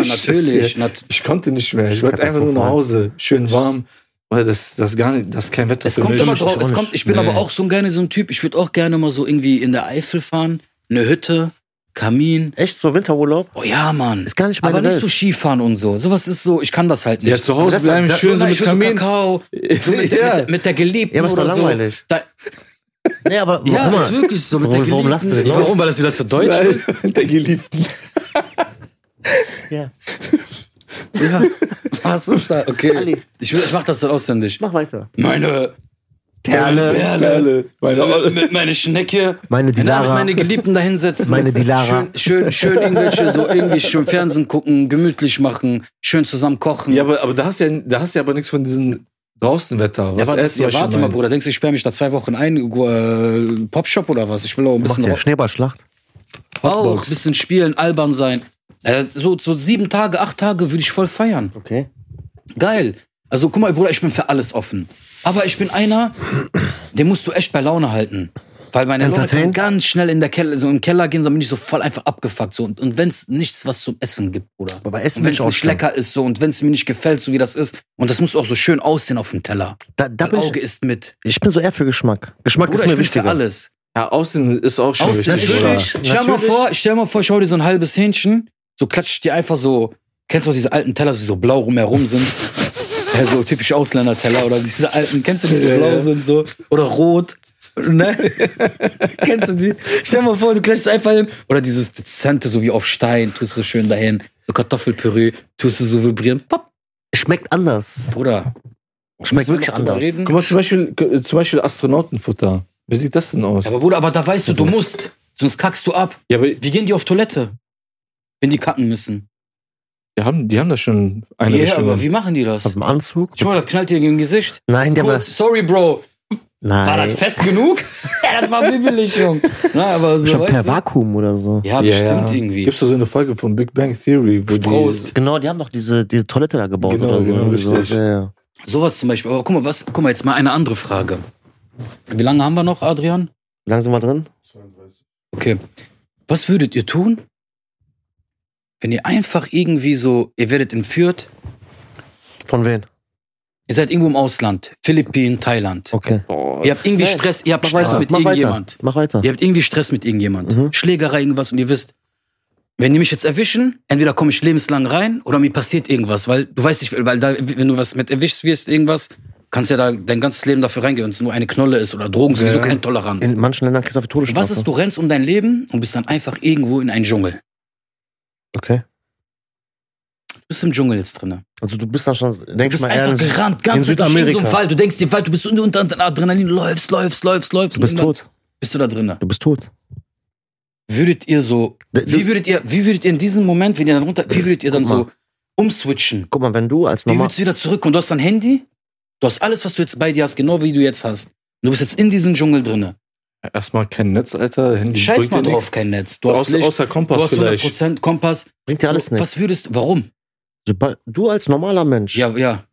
*laughs* Ich Ah, natürlich. schwör's Nat Ich konnte nicht mehr. Ich wollte einfach Katastrophal. nur nach Hause. Schön warm. Weil das, das, ist gar nicht, das ist kein Wetter es kommt mich. immer Ich drauf. *laughs* auch Es nicht. kommt, ich bin Nee. aber auch so ein gerne so ein Typ. Ich würde auch gerne mal so irgendwie in der Eifel fahren, eine Hütte, Kamin. Echt so Winterurlaub? Oh ja, Mann. Ist gar nicht meine Aber nicht Welt. so Skifahren und so. Sowas ist so, ich kann das halt nicht. Ja, zu Hause Das- bleiben, das- schön so Oder mit halt ich will so Kamin. Kakao. *laughs* So mit, der- Ja. mit, der- mit der Geliebten Ja, aber ist doch oder langweilig. so. Da, Nee, aber- aber ja, guck mal. ist wirklich so. Mit Warum- der warum Geliebten. lachst du denn? Ja, Warum? Weil das wieder zu deutsch ist? *laughs* mit der Geliebten. Ja. Ja. *laughs* Was ist da? Okay. Ali. Ich, will- ich mach das dann auswendig. Mach weiter. Meine Perle. Perle. Perle. Meine Mit- Olle. mit meine Schnecke. Meine Danach Dilara. meine Geliebten da hinsetzen. Meine Dilara. Schön, schön, schön irgendwelche, so irgendwie schön Fernsehen gucken, gemütlich machen, schön zusammen kochen. Ja, aber, aber da hast du ja, da hast du ja aber nichts von diesem Draußenwetter. Ja, Was aber das, erst ja, zum warte Beispiel mal, mein- Bruder. Denkst du, ich sperre mich da zwei Wochen ein? Äh, Popshop oder was? Ich will auch ein Macht bisschen ja Schneeballschlacht. auch ein Hotbox. bisschen spielen, albern sein. Äh, so, so sieben Tage, acht Tage würde ich voll feiern. Okay. Geil. Also guck mal, Bruder, ich bin für alles offen. Aber ich bin einer, den musst du echt bei Laune halten. Weil meine Laune Entertain? kann ganz schnell in der Keller, so im Keller gehen, dann bin ich so voll einfach abgefuckt. So. Und, und wenn es nichts was zum Essen gibt, Bruder. Aber Essen und bin wenn es ich auch nicht schlimm. lecker ist, so und wenn es mir nicht gefällt, so wie das ist. Und das muss auch so schön aussehen auf dem Teller. Da, da Mein bin Auge ich, ist mit. ich bin so eher für Geschmack. Geschmack ist Bruder, ich mir bin für wichtiger. alles. Ja, Aussehen ist auch schon Aussehen wichtig, ist oder? wichtig. Stell mal Natürlich. vor, stell mal vor, schau dir so ein halbes Hähnchen, so klatscht dir einfach so, kennst du auch diese alten Teller, die so blau rumherum *laughs* sind? ja, so typisch Ausländerteller oder diese alten, kennst du die so Ja, blau ja. sind so oder rot? *laughs* Ne? kennst du die? Stell mal vor, du klatschst einfach hin oder dieses dezente so wie auf Stein, tust du schön dahin, so Kartoffelpüree, tust du so vibrieren, pop, Schmeckt anders. Bruder. Schmeckt Müssen wir wirklich noch drüber anders. reden? Guck mal, zum Beispiel, äh, zum Beispiel Astronautenfutter. Wie sieht das denn aus? Ja, aber Bruder, aber da weißt du, Also. du musst, sonst kackst du ab. Ja, aber Wie gehen die auf Toilette? Wenn die kacken müssen. die haben, die haben das schon eine ja, Bestimmung. aber wie machen die das? Auf dem Anzug? Schau mal, das knallt dir gegen Gesicht. Nein, der war. Kurz, sorry, Bro. War Nein. das fest genug? ja, das war bibbelig, Junge. Na, aber so, Ich hab per weißt du? Vakuum oder so. Ja, Ja, bestimmt ja. irgendwie. Gibt's da so eine Folge von Big Bang Theory, wo Prost. Genau, die haben doch diese, diese Toilette da gebaut Genau, oder so. genau, Irgendwie sowas. richtig. Ja, ja. Sowas zum Beispiel. Aber guck mal, was, guck mal, jetzt mal eine andere Frage. Wie lange haben wir noch, Adrian? Langsam mal drin. Okay. Was würdet ihr tun, wenn ihr einfach irgendwie so, ihr werdet entführt, Von wem? ihr seid irgendwo im Ausland, Philippinen, Thailand. Okay. die... Boah, Ihr habt irgendwie Hey, Stress, ihr habt Mach Stress weiter. mit Mach weiter. irgendjemand. Mach weiter. Ihr habt irgendwie Stress mit irgendjemand. Mhm. Schlägerei, irgendwas und ihr wisst, wenn die mich jetzt erwischen, entweder komme ich lebenslang rein oder mir passiert irgendwas, weil du weißt nicht, weil da, wenn du was mit erwischt wirst, irgendwas, kannst ja da dein ganzes Leben dafür reingehen, wenn es nur eine Knolle ist oder Drogen sowieso Ja. keine Toleranz. In manchen Ländern kriegst du dafür Todesstrafe. was ist, du rennst um dein Leben und bist dann einfach irgendwo in einen Dschungel. Okay. Du bist im Dschungel jetzt drinne. Also du bist dann schon, denk Du ich bist mal einfach ernst. gerannt, ganz in du stehst so im Südamerika. Wald. Du denkst dir, Wald, du bist unter unter unter Adrenalin, läufst, läufst, läufst, läufst. Du bist und irgendwann tot. Bist du da drinne? Du bist tot. würdet ihr so, D- wie würdet ihr, wie würdet ihr in diesem Moment, wenn ihr dann runter, wie würdet ihr dann Guck mal. so umswitchen? Guck mal, wenn du als Wie Mama. würdest du wieder zurück und du hast dein Handy? Du hast alles, was du jetzt bei dir hast, genau wie du jetzt hast. Du bist jetzt in diesem Dschungel drinne. Erstmal kein Netz, Alter. Handy Scheiß bringt dir mal drauf, nichts. kein Netz. Du hast Aus, Licht, außer du Kompass hast 100 vielleicht. Prozent Kompass. Bringt dir alles so, nichts. was würdest, warum? Sobald du als normaler Mensch Ja, ja.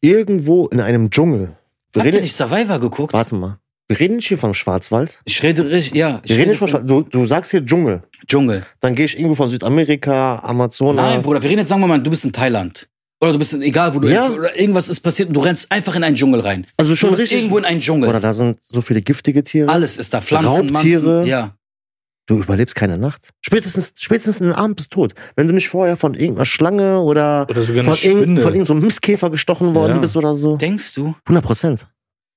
irgendwo in einem Dschungel. Wir Habt ihr reden, nicht Survivor geguckt? warte mal. Wir reden nicht hier vom Schwarzwald. Ich rede richtig, ja. Ich Wir reden nicht vom von Schwarzwald. Du, du sagst hier Dschungel. Dschungel. Dann gehe ich irgendwo von Südamerika, Amazonas. Nein, Bruder, wir reden jetzt, sagen wir mal, du bist in Thailand. Oder du bist in, egal wo du Ja. oder irgendwas ist passiert und du rennst einfach in einen Dschungel rein. also schon du bist richtig. irgendwo in einen Dschungel. Oder da sind so viele giftige Tiere. Alles ist da. Pflanzen, Raubtiere. Manzen, ja. Du überlebst keine Nacht. Spätestens, spätestens in den Abend bist du tot. Wenn du nicht vorher von irgendeiner Schlange oder Oder sogar von eine irgendeinem Spinne. irgend so einem Mistkäfer gestochen worden Ja. bist oder so. Denkst du? 100 Prozent.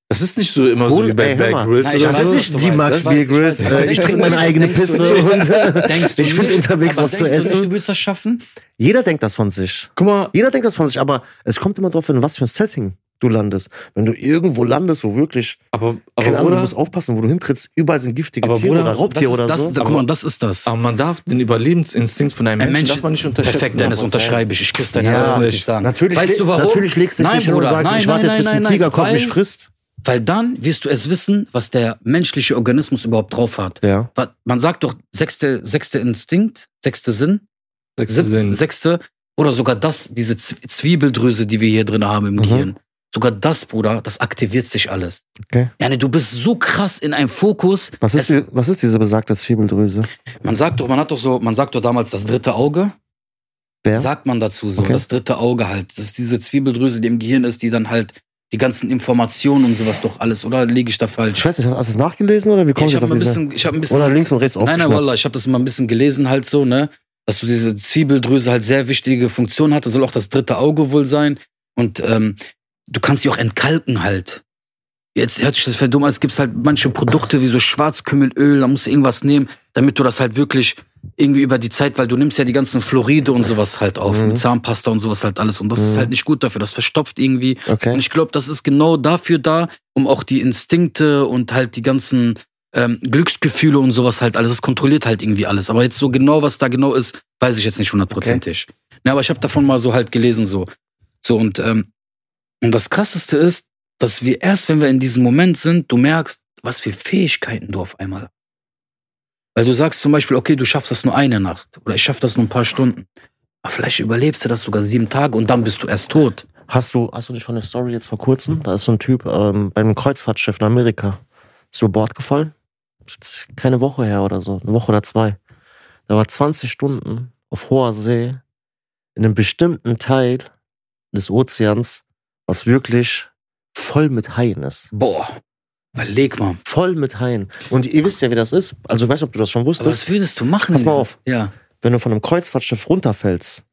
Das ist nicht so immer so Bruder, wie bei ey, Bear hör mal. Grylls. Ja, ich oder das weiß, ist so. was du nicht die meinst, Max ich weiß, Beer ich weiß, Grills. ich Äh, weiß. Ich Denkst trinke du meine nicht, eigene denkst du Pisse nicht? und äh, Denkst *laughs* du ich finde nicht? unterwegs Aber was zu denkst du Nicht, essen. du willst das schaffen? *laughs* Jeder denkt das von sich. Guck mal, Jeder denkt das von sich, aber es kommt immer drauf, in was für ein Setting du landest. Wenn du irgendwo landest, wo wirklich, aber, keine aber, Ahnung, du oder, musst aufpassen, wo du hintrittst, überall sind giftige Aber Tiere Bruder, oder Das ist, Raubtiere oder das, so. guck mal, das ist das. aber man darf den Überlebensinstinkt von einem Ein Menschen, Mensch- darf man nicht unterschätzen. Perfekt, Dennis, unterschreibe ich. Ich küsse dein Ja, Herz, das will ich sagen. Natürlich, weißt du warum? natürlich legst du dich nein, nicht hin und Bruder, sagst, nein, ich nein, warte jetzt, nein, bis ein nein, Tiger kommt, weil- mich frisst. Weil dann wirst du es wissen, was der menschliche Organismus überhaupt drauf hat. Ja. Wa- Man sagt doch sechste, sechste Instinkt, sechste Sinn, Sechster siebte, Sinn. sechste oder sogar das, diese Z- Zwiebeldrüse, die wir hier drin haben im Mhm. Gehirn. Sogar das, Bruder, das aktiviert sich alles. Okay. Yani, du bist so krass in einem Fokus. Was ist, es, die, was ist diese besagte Zwiebeldrüse? man sagt doch, man hat doch so, man sagt doch damals das dritte Auge. Wer? sagt man dazu so, Okay. das dritte Auge halt. Das ist diese Zwiebeldrüse, die im Gehirn ist, die dann halt die ganzen Informationen und sowas doch alles, oder liege ich da Ich falsch? weiß nicht, hast hast du es nachgelesen oder wie kommst du ich jetzt habe auf ein diese? bisschen, ich habe ein bisschen. Oder links und rechts nein, nein, Wallah, aufgeschnappt? ich habe das mal ein bisschen gelesen halt so, ne? Dass du diese Zwiebeldrüse halt sehr wichtige Funktion hatte, soll auch das dritte Auge wohl sein. Und ähm, du kannst sie auch entkalken halt. Jetzt hört sich das verdammt an, es gibt halt manche Produkte wie so Schwarzkümmelöl, da musst du irgendwas nehmen, damit du das halt wirklich irgendwie über die Zeit, weil du nimmst ja die ganzen Fluoride und sowas halt auf, Mhm. mit Zahnpasta und sowas halt alles. Und das ist Mhm. halt nicht gut dafür, das verstopft irgendwie. Und Okay. ich glaube, das ist genau dafür da, um auch die Instinkte und halt die ganzen ähm, Glücksgefühle und sowas halt alles. Das kontrolliert halt irgendwie alles. Aber jetzt so genau, was da genau ist, weiß ich jetzt nicht hundertprozentig. Na, aber ich habe davon mal so halt gelesen so. So und ähm, und das Krasseste ist, dass wir erst, wenn wir in diesem Moment sind, du merkst, was für Fähigkeiten du auf einmal. hast. Weil du sagst zum Beispiel, okay, du schaffst das nur eine Nacht oder ich schaff das nur ein paar Stunden. Aber vielleicht überlebst du das sogar sieben Tage und dann bist du erst tot. Hast du, hast du dich von der Story jetzt vor kurzem? Da ist so ein Typ ähm, bei einem Kreuzfahrtschiff in Amerika. Ist über Bord gefallen. Ist jetzt keine Woche her oder so. Eine Woche oder zwei. Da war 20 Stunden auf hoher See in einem bestimmten Teil des Ozeans, was wirklich voll mit Haien ist. Boah, überleg mal. Voll mit Haien. Und ihr wisst ja, wie das ist. Also, ich weiß nicht, ob du das schon Aber wusstest. was würdest du machen? Pass in mal diesem- auf. Ja, Wenn du von einem Kreuzfahrtschiff runterfällst,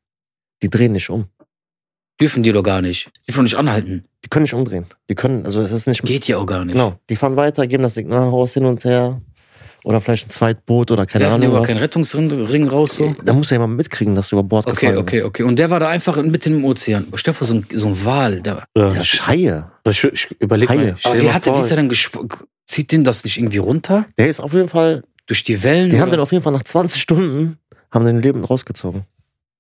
die drehen nicht um. dürfen die doch gar nicht. Die dürfen nicht anhalten. Die können nicht umdrehen. Die können, also, es ist nicht Geht ja auch gar nicht. Genau, die fahren weiter, geben das Signal raus hin und her. Oder vielleicht ein Zweitboot oder keine Werfen die Ahnung. aber was. keinen Rettungsring raus so? Da muss ja jemand mitkriegen, dass du über Bord Okay, gefallen okay, bist. okay. Und der war da einfach mitten im Ozean. Stell dir vor, so ein, so ein Wal. Der, Oder- Ja, Scheie. Ich, ich überleg Haie. mal. aber Stell wie, dir mal hat der, wie vor, ist er denn geschw Zieht den das nicht irgendwie runter? Der ist auf jeden Fall, Durch die Wellen? die haben den oder? auf jeden Fall nach 20 Stunden, haben den Leben rausgezogen.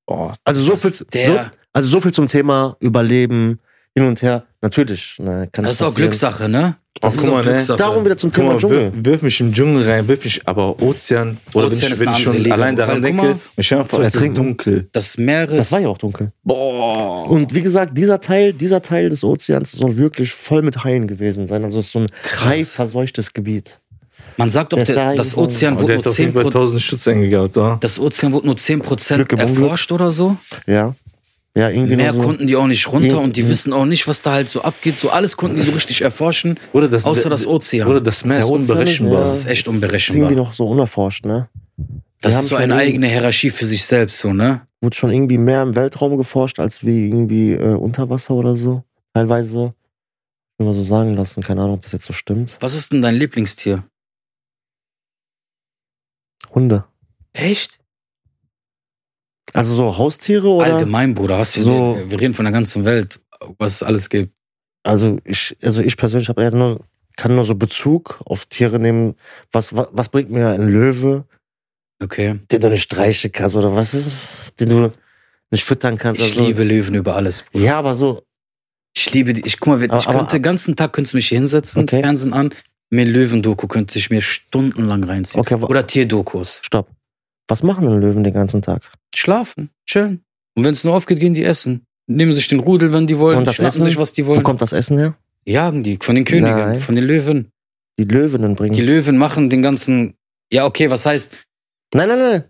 boah, Also so viel, der- so, also so viel zum Thema Überleben, hin und her. Natürlich, na, kann das ist auch passieren. Glückssache, ne? Das guck mal, ne? Darum wieder zum Guck Thema mal, Dschungel. wirf, wirf mich im Dschungel rein, wirf mich, aber Ozean, oder wenn Ozean ich, ist wenn ich eine andere schon Liga, allein Bruder. daran Weil, guck denke, mal, ich stell mir vor, zu es ist ertrinken. dunkel. Das Meeres. Das war ja auch dunkel. Boah. Und wie gesagt, dieser Teil, dieser Teil des Ozeans soll wirklich voll mit Haien gewesen sein. Also es ist so ein haiverseuchtes Gebiet. Man sagt doch, Der ist da der, das hingegangen. Ozean Und der wurde nur hat auf jeden Fall 10%, 1000 Schutzengel gehabt, oder? das Ozean wurde nur Glück 10% im Unglück. erforscht oder so. Ja. Ja, irgendwie nur Mehr Genau so. konnten die auch nicht runter Irgend- und die Mhm. wissen auch nicht, was da halt so abgeht. So alles konnten die so richtig erforschen, Oder das, außer das Ozean. Oder das Meer ist Der Ozean ist- unberechenbar. ja. das ist echt Ist irgendwie unberechenbar. noch so unerforscht, ne? Das Wir ist haben so schon eine irgendwie- eigene Hierarchie für sich selbst, so, ne? Wurde schon irgendwie mehr im Weltraum geforscht, als wie irgendwie äh, unter Wasser oder so. Teilweise, wenn man so sagen lassen, keine Ahnung, ob das jetzt so stimmt. Was ist denn dein Lieblingstier? Hunde. Echt? Also so Haustiere oder? Allgemein, Bruder. Hast du So- gesehen? Wir reden von der ganzen Welt, was es alles gibt. Also ich, also ich persönlich habe eher nur, kann nur so Bezug auf Tiere nehmen. Was, was, was bringt mir ein Löwe, Okay. den du nicht streichen kannst oder was ist, den du nicht füttern kannst? Ich also, liebe Löwen über alles. Bruder. Ja, aber so, Ich liebe die. Ich guck mal, wenn- Aber- ich aber- könnte den ganzen Tag könntest du mich hier hinsetzen, Okay. Fernsehen an. Mir Löwendoku könnte ich mir stundenlang reinziehen. okay, wa- Oder Tierdokus. stopp. Was machen denn Löwen den ganzen Tag? Schlafen, chillen. Und wenn es nur aufgeht, gehen die essen. Nehmen sich den Rudel, wenn die wollen, Und das schnappen Essen? sich, was die Wo wollen. kommt das Essen her? Jagen die, von den Königen, Nein. Hm. von den Löwen. Die Löwinnen bringen. Die Löwen machen den ganzen. Ja, okay, was heißt. nein, nein, nein.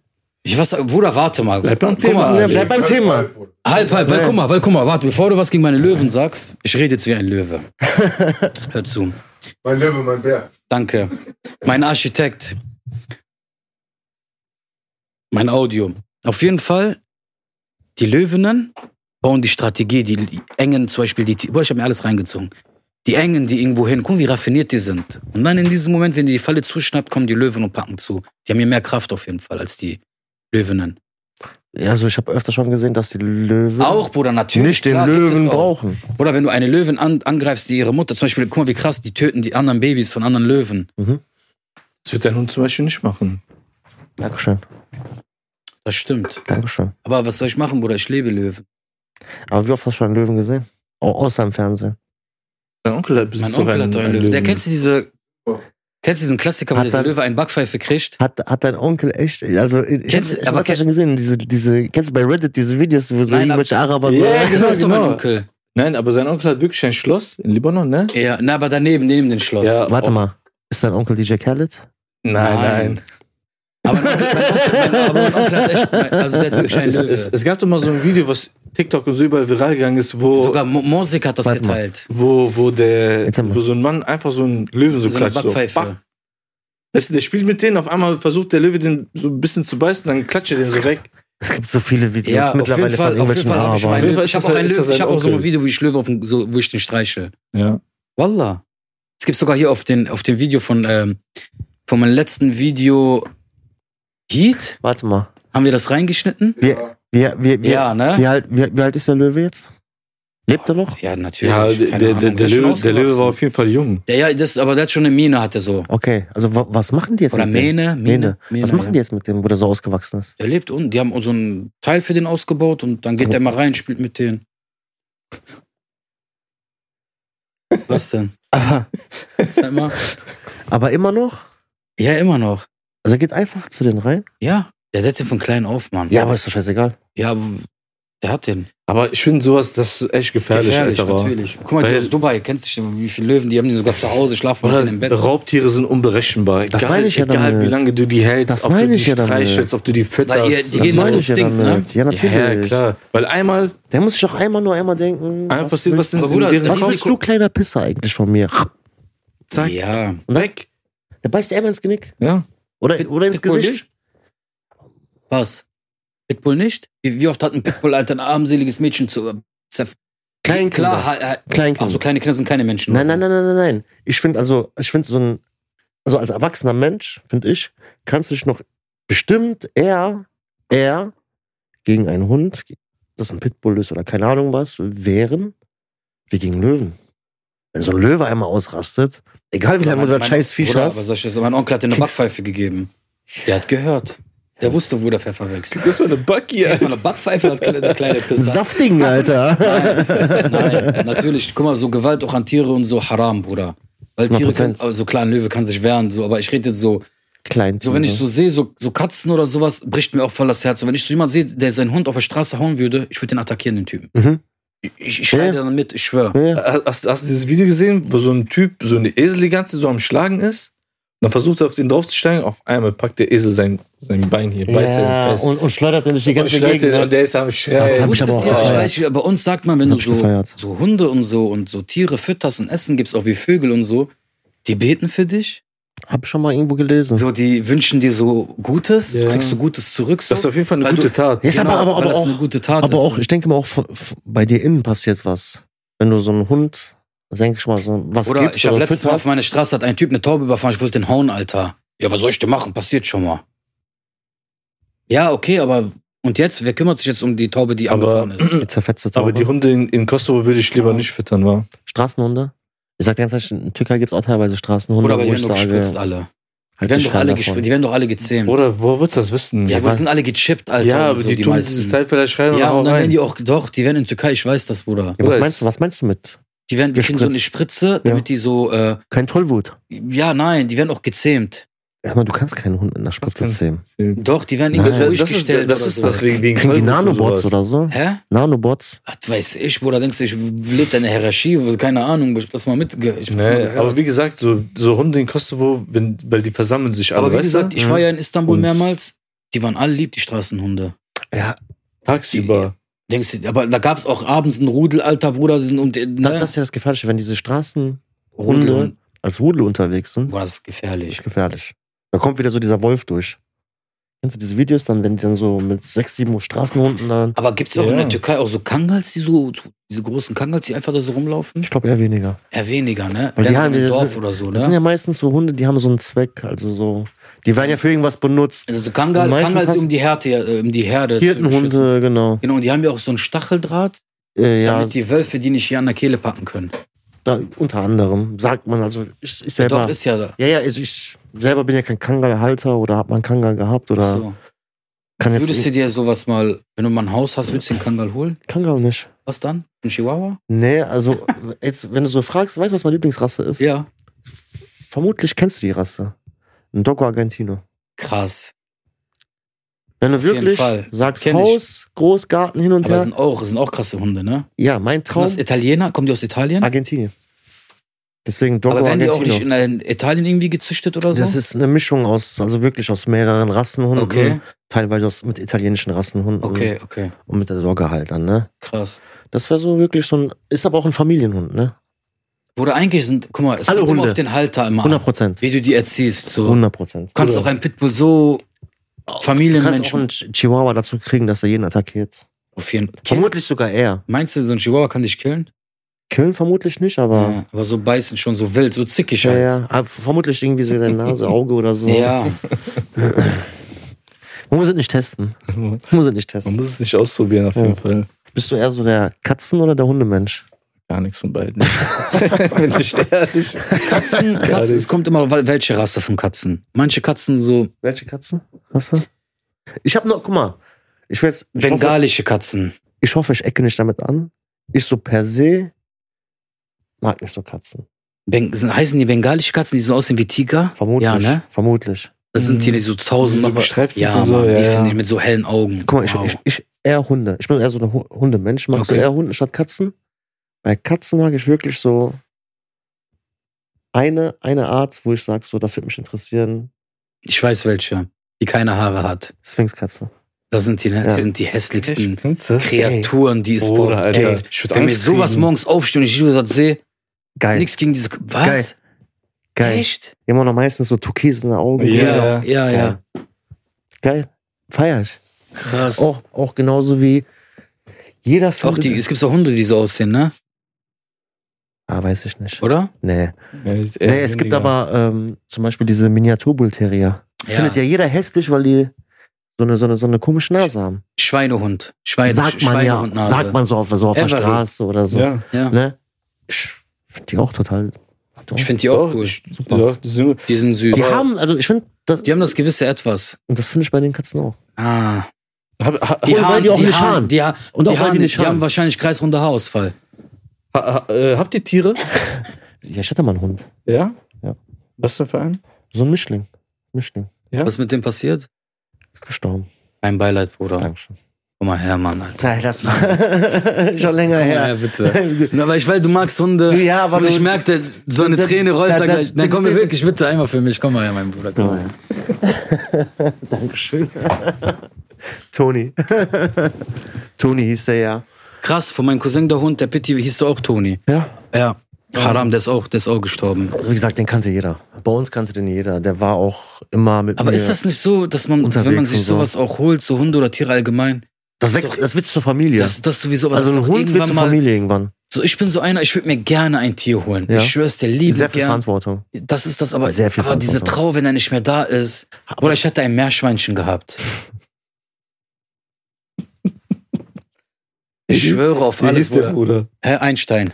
Ich was, Bruder, warte mal. Bleib beim guck Thema. mal, Ja, bleib beim Thema. Halb, halb, weil guck mal, weil guck mal, warte, bevor du was gegen meine Löwen sagst, ich rede jetzt wie *laughs* ein Löwe. Hör zu. Mein Löwe, mein Bär. Danke. Mein Architekt. Mein Audio. Auf jeden Fall, die Löwinnen bauen die Strategie, die engen zum Beispiel die. Boah, ich habe mir alles reingezogen. Die engen die irgendwo hin. Guck, wie raffiniert die sind. Und dann in diesem Moment, wenn die die Falle zuschnappt, kommen die Löwen und packen zu. Die haben hier mehr Kraft auf jeden Fall als die Löwinnen. Ja, also ich habe öfter schon gesehen, dass die Löwen Auch, Bruder, natürlich. nicht den klar, gibt es Löwen auch. brauchen. Oder wenn du eine Löwin an, angreifst, die ihre Mutter, zum Beispiel, guck mal, wie krass, die töten die anderen Babys von anderen Löwen. Das wird dein Hund zum Beispiel nicht machen. Dankeschön, Das stimmt. Dankeschön. Aber was soll ich machen, Bruder? Ich lebe Löwen. Aber wie oft hast du schon einen Löwen gesehen? Au- außer im Fernsehen. Dein Onkel hat Mein Onkel hat doch einen Löwen. Der kennst du diese. Oh. Kennst du diesen Klassiker, wo Hat dieser dann- Löwe einen Backpfeife kriegt? Hat, hat dein Onkel echt, also ich, ich Kennst- hab's- ich aber hab's ja kenn- schon gesehen, diese, diese, kennst du bei Reddit diese Videos, wo so Nein, irgendwelche Araber so, Ja, das genau, ist doch mein genau. Onkel. Nein, aber sein Onkel hat wirklich ein Schloss in Libanon, ne? Ja, na, aber daneben, neben dem Schloss. Ja. warte mal, ist dein Onkel DJ Khaled? Nein, Nein. nein. Aber mein Onkel, mein Onkel, mein, aber mein Onkel hat echt. Mein, also, der Es, Typ es, ist ein es, Löwe. es gab doch mal so ein Video, was TikTok und so überall viral gegangen ist, wo, Sogar Mo- Morsig hat das Warte mal. geteilt. wo, wo, der, Erzähl mal. wo so ein Mann einfach so einen Löwen so, So eine klatscht. So. Backpfeife. Bach. Weißt du, der spielt mit denen, auf einmal versucht der Löwe den so ein bisschen zu beißen, dann klatscht er den so weg. Es gibt so viele Videos Ja, mittlerweile von auf jeden Fall, auf jeden irgendwelchen Fall habe ich, Arabern. meinen Auf jeden Löwen. Fall ich habe ist auch, das- einen ist Löwen- das ich ein hab auch so ein Onkel. Video, wo ich Löwe auf den, so, wo ich den streiche. Ja. Wallah. Es gibt sogar hier auf, den, auf dem Video von, ähm, von meinem letzten Video Heat. Warte mal, Haben wir das reingeschnitten? wir, wir, wir, wir, Ja, ne? Wie, alt, wie, wie alt ist der Löwe jetzt? Lebt er noch? Ja, natürlich. Ja, der, Keine der, Ahnung. der, ist schon Löwe, der Löwe war ausgewachsen. auf jeden Fall jung. Der, ja, das, aber der hat schon eine Mine, hat er so. Okay, also wa- was machen die jetzt Oder mit dem? Mähne. Mähne. Mähne Was machen ja. die jetzt mit dem, wo der so ausgewachsen ist? *laughs* Der lebt unten. Die haben so einen Teil für den ausgebaut und dann Also- geht der mal rein, spielt mit denen. *laughs* Was denn? Aha. Sag mal. Aber immer noch? Ja, immer noch. Also er geht einfach zu den rein? Ja. Der setzt den von klein auf, Mann. Ja, aber ist doch scheißegal. Ja, aber der hat den. Aber ich finde sowas, das ist echt gefährlich, Alter. aber- natürlich. Guck mal, die Weil- aus Dubai, kennst dich, wie viele Löwen, die haben den sogar zu Hause, schlafen mit Oder denen im Bett. Raubtiere sind unberechenbar. Egal, Das meine ich ja egal damit. wie lange du die hältst, Das ob du meine die ich ja damit. streichelst, ob du die Weil ihr- fütterst. die Das gehen nach meine dem ich ja Stink, damit. Ja, ja, natürlich. ja, klar. Weil einmal, Der muss sich doch einmal nur einmal denken. Ah, einmal passiert was willst in du- Aber Bruder, deren Was Kopf- willst du, kleiner Pisser, eigentlich von mir? *laughs* zack, Ja. weg. Der beißt einmal ins Genick. Ja. Oder, oder ins Pitbull Gesicht. nicht? Was? Pitbull nicht? Wie, wie oft hat ein Pitbull, Alter, ein armseliges Mädchen zu. Äh, zerf- Kleinkinder. Klar, ha- ha- Kleinkind. Ach so, kleine Kinder sind keine Menschen. Nein, nein, nein, nein, nein, nein. Ich finde also, ich finde so ein, also als erwachsener Mensch, finde ich, kannst du dich noch bestimmt eher, eher gegen einen Hund, das ein Pitbull ist oder keine Ahnung was, wehren, wie gegen Löwen. Wenn so ein Löwe einmal ausrastet, egal wie lange du das scheiß Viech halt Bruder, hast, aber soll ich das? Mein Onkel hat dir eine Kriegst- Backpfeife gegeben. Der hat gehört. Der wusste, wo der Pfeffer wächst. Das war eine Bucky, Erstmal eine Backpfeife hat der kleine Pisser. saftigen, *laughs* Alter. Nein, nein, natürlich. Guck mal, so Gewalt auch an Tiere und so haram, Bruder. Weil Tiere, können, 100%. also klar, ein Löwe kann sich wehren, so, aber ich rede jetzt so, Klein. So, wenn ich so sehe, so, so Katzen oder sowas, bricht mir auch voll das Herz. Und wenn ich so jemanden sehe, der seinen Hund auf der Straße hauen würde, ich würde den attackieren, den Typen. Mhm. Ich, ich, ich schneide dann mit, ich schwöre. Ja, Hast, hast du dieses Video gesehen, wo so ein Typ, so eine Esel die ganze so am Schlagen ist? Und dann versucht er auf den draufzusteigen, auf einmal packt der Esel sein, sein Bein hier, beißt ja, er fest. und, und schleudert er durch die ganze Und schlägt Gegend. den, ne? und der ist am Schreien. Das hab ich Wusstet aber auch ihr, ich gefeiert. weiß, nicht, bei uns sagt man, wenn Das du hab ich so, gefeiert. so Hunde und so und so Tiere fütterst und Essen gibst, auch wie Vögel und so, die beten für dich. Hab ich schon mal irgendwo gelesen. So, die wünschen dir so Gutes, Ja. du kriegst so Gutes zurück. So. Das ist auf jeden Fall eine Weil du- gute Tat. Ist aber, aber, weil aber das auch, eine gute Tat aber ist. ne? auch, ich denke mal auch von, von, bei dir innen passiert was. Wenn du so einen Hund, denke ich mal, so was Oder gibst ich habe oder letztens Mal auf fütterst, meiner Straße hat ein Typ eine Taube überfahren, ich wollte den hauen, Alter. Ja, was soll ich denn machen? Passiert schon mal. Ja, okay, aber und jetzt? Wer kümmert sich jetzt um die Taube, die Aber- angefahren *clears throat* ist? die zerfetzte Taube. Aber die Hunde in, in Kosovo würde ich lieber nicht füttern, war. Straßenhunde. Ich sag dir ganz ehrlich, in Türkei gibt es auch teilweise Straßenhunde, Oder aber die wo ich werden doch sage, gespritzt alle. Die halt werden dich doch fern alle davon. gespritzt, die werden doch alle gezähmt. Oder wo willst du das wissen? ja, aber die sind alle gechippt, Alter. ja, und aber so, die, tun meisten. dieses Teil vielleicht rein Ja, und und dann auch rein. werden die auch, doch, die werden in Türkei, ich weiß das, Bruder. Ja, was, Oder meinst ist- du, was meinst du mit? Die werden, die kriegen so eine Gespritzt. Spritze, damit die so, äh, Kein Tollwut. ja, nein, die werden auch gezähmt. Ja, aber du kannst keinen Hund in der Spritze kann- zähmen. Doch, die werden Nein. irgendwie Das ruhig das ist, gestellt. das ist oder das sowas. wegen, wegen Kriegen die Tollwut und Nanobots sowas. oder so? Hä? Nanobots? Was weiß ich, Bruder, denkst du, ich lebe deine Hierarchie, keine Ahnung, ich hab das mal mitge... Ich hab das mal Nee, gehört. Ne, aber wie gesagt, so, so Hunde in Kosovo, wenn, weil die versammeln sich alle, Aber wie weißt gesagt, du? ich war ja in Mhm. Istanbul Und- mehrmals, die waren alle lieb, die Straßenhunde. Ja, Tagsüber. Denkst du, aber da gab's auch abends einen Rudel, alter Bruder, die sind und, ne? da- das Mhm. ist ja das Gefährliche, wenn diese Straßenhunde Rudel. als Rudel unterwegs sind. Boah, das ist gefährlich. ist gefährlich. Da kommt wieder so dieser Wolf durch. Kennst du diese Videos dann, wenn die dann so mit sechs, sieben Straßenhunden dann. Aber gibt's auch Ja. in der Türkei auch so Kangals, die so, so Diese großen Kangals, die einfach da so rumlaufen? Ich glaube eher weniger. Eher weniger, ne? Weil die Wenn so haben im diese- Dorf oder so, Das sind ne? ja meistens so Hunde, die haben so einen Zweck. Also so. Die werden ja für irgendwas benutzt. Also Kangal, Und meistens Kangals, hast- um die Härte, äh, um die Herde zu schützen. Hirtenhunde, genau. Genau, und die haben ja auch so einen Stacheldraht, Äh, ja, damit die Wölfe die nicht hier an der Kehle packen können. da, unter anderem sagt man also, ich, ich selber. Doch, ist ja da. ja, ja, also ich selber bin ja kein Kangalhalter oder hab mal einen Kangal gehabt oder So. kann jetzt Würdest du dir sowas mal, wenn du mal ein Haus hast, würdest du den Kangal holen? Kangal nicht. Was dann? Ein Chihuahua? Nee, also *laughs* jetzt, wenn du so fragst, weißt du, was meine Lieblingsrasse ist? Ja. Vermutlich kennst du die Rasse. Ein Doggo Argentino. Krass. Wenn du jeden wirklich Fall. sagst Kenn ich. Haus, Großgarten hin und Aber her. sind auch, sind auch krasse Hunde, ne? ja, mein Traum Sind das Italiener? Kommen die aus Italien? Argentinien. Deswegen Doggo Aber werden die Argentino. auch nicht in äh, in Italien irgendwie gezüchtet oder so? das ist ne? eine Mischung aus, also wirklich aus mehreren Rassenhunden, okay, teilweise aus, mit italienischen Rassenhunden okay, okay. und mit der Dogge halt dann, ne? Krass. Das wäre so wirklich so ein, ist aber auch ein Familienhund, ne? Oder eigentlich sind, guck mal, es Alle kommt immer Hunde. auf den Halter immer 100 an, Prozent. wie du die erziehst. So. 100 Prozent. Du kannst auch einen Pitbull so Du kannst auch Familienmenschen einen Ch- Chihuahua dazu kriegen, dass er jeden attackiert. auf jeden Fall. Vermutlich sogar er. Meinst du, so ein Chihuahua kann dich killen? Killen vermutlich nicht, aber, Ja, aber so beißen schon so wild, so zickig ja, halt. ja, aber vermutlich irgendwie so in der Nase, *laughs* Auge oder so. Ja, Man muss es nicht testen. Man Man muss es nicht testen. muss es nicht ausprobieren, auf jeden Ja. Fall. Bist du eher so der Katzen- oder der Hundemensch? Gar nichts von beiden. *laughs* Bin ich ehrlich. Katzen, Katzen, es nichts. kommt immer, wel- welche Rasse von Katzen. Manche Katzen so Welche Katzen hast du? Ich habe nur, guck mal, ich will jetzt, ich hoffe, bengalische Katzen. ich hoffe, ich ecke nicht damit an. Ich so per se mag nicht so Katzen. Ben, sind, heißen die bengalische Katzen, die so aussehen wie Tiger? Vermutlich. Ja, ne? Vermutlich. Das sind hier Mhm. die so tausend Die so gestreift sind ja, und so, Mann, ja, die ja. finde ich mit so hellen Augen. Guck mal, ich, Wow. ich, ich eher Hunde. Ich bin eher so ein Hu- Hundemensch. Magst Okay. du eher Hunden statt Katzen? Bei Katzen mag ich wirklich so eine, eine Art, wo ich sag so, das würde mich interessieren. Ich weiß welche, die keine Haare hat. Sphinxkatze. Das sind die, ne? Ja. die sind die hässlichsten Spinze. Kreaturen, die es Bruder, überhaupt Alter. gibt. Ich würd Wenn wir Angst sowas kriegen. morgens aufstehen und ich das sehe, Geil. nichts gegen diese. Was? Geil. Geil. Echt? Die haben auch noch meistens so türkisene Augen. Ja. Ja, ja, ja. Geil. Geil. Feier ich. Krass. Oh, Auch, auch genauso wie jeder Auch findet. die, es gibt so Hunde, die so aussehen, ne? ah, weiß ich nicht. Oder? Nee. nee, es gibt aber ähm, zum Beispiel diese Miniaturbullterrier. Ja. Findet ja jeder hässlich, weil die so eine, so eine, so eine komische Nase haben. Schweinehund. Schweine, sagt man ja, Schweinehundnase. sagt man so auf, so auf der Everett. Straße oder so. Ja, Ja. Ne? Ich finde die auch total. Ich finde die auch Doch. cool. ja die sind, Die sind süß. die haben, also ich finde, das, die haben das gewisse Etwas. und das finde ich bei den Katzen auch. Ah. hab, ha, Und weil die auch nicht Haaren- haaren. Die, ha Und die, auch weil Haaren- die nicht die haben haaren. wahrscheinlich kreisrunder Haarausfall. ha, ha, äh, habt ihr Tiere? Ja, ich hatte mal einen Hund. Ja? Ja. Was denn für einen? So ein Mischling. Mischling. Was ist mit dem passiert? Ist Gestorben. Ein Beileid, Bruder. Dankeschön. Komm mal her, Mann, Alter. Nein, das war *laughs* schon länger Komm mal her. *laughs* her, bitte. Na, aber ich weiß, du magst Hunde. Du, ja, aber und ich du- merkte, so eine Da- Träne rollt da, da- da- gleich. Nein, komm das- mir wirklich bitte einmal für mich. Komm mal her, mein Bruder. Komm mal her. Dankeschön. Toni. *laughs* Toni hieß der ja. Krass, von meinem Cousin der Hund, der Pitti, hieß der auch Toni. Ja. Ja. Haram, der ist auch, der ist auch gestorben. Wie gesagt, den kannte jeder. Bei uns kannte den jeder. Der war auch immer mit Aber mir. ist das nicht so, dass man, wenn man Unterwegs sich und so. sowas auch holt, so Hunde oder Tiere allgemein, Das wächst, das wird zur Familie. dass das sowieso, aber also das ein auch Hund wird zur Familie irgendwann. So, ich bin so einer, ich würde mir gerne ein Tier holen. Ja. Ich schwör's dir, lieben Sehr viel gern. Verantwortung. Das ist das aber. Sehr viel aber diese Verantwortung. Trauer, wenn er nicht mehr da ist. Oder ich hätte ein *laughs* Meerschweinchen gehabt. Ich schwöre auf alles, Bruder. Bruder? Herr Einstein.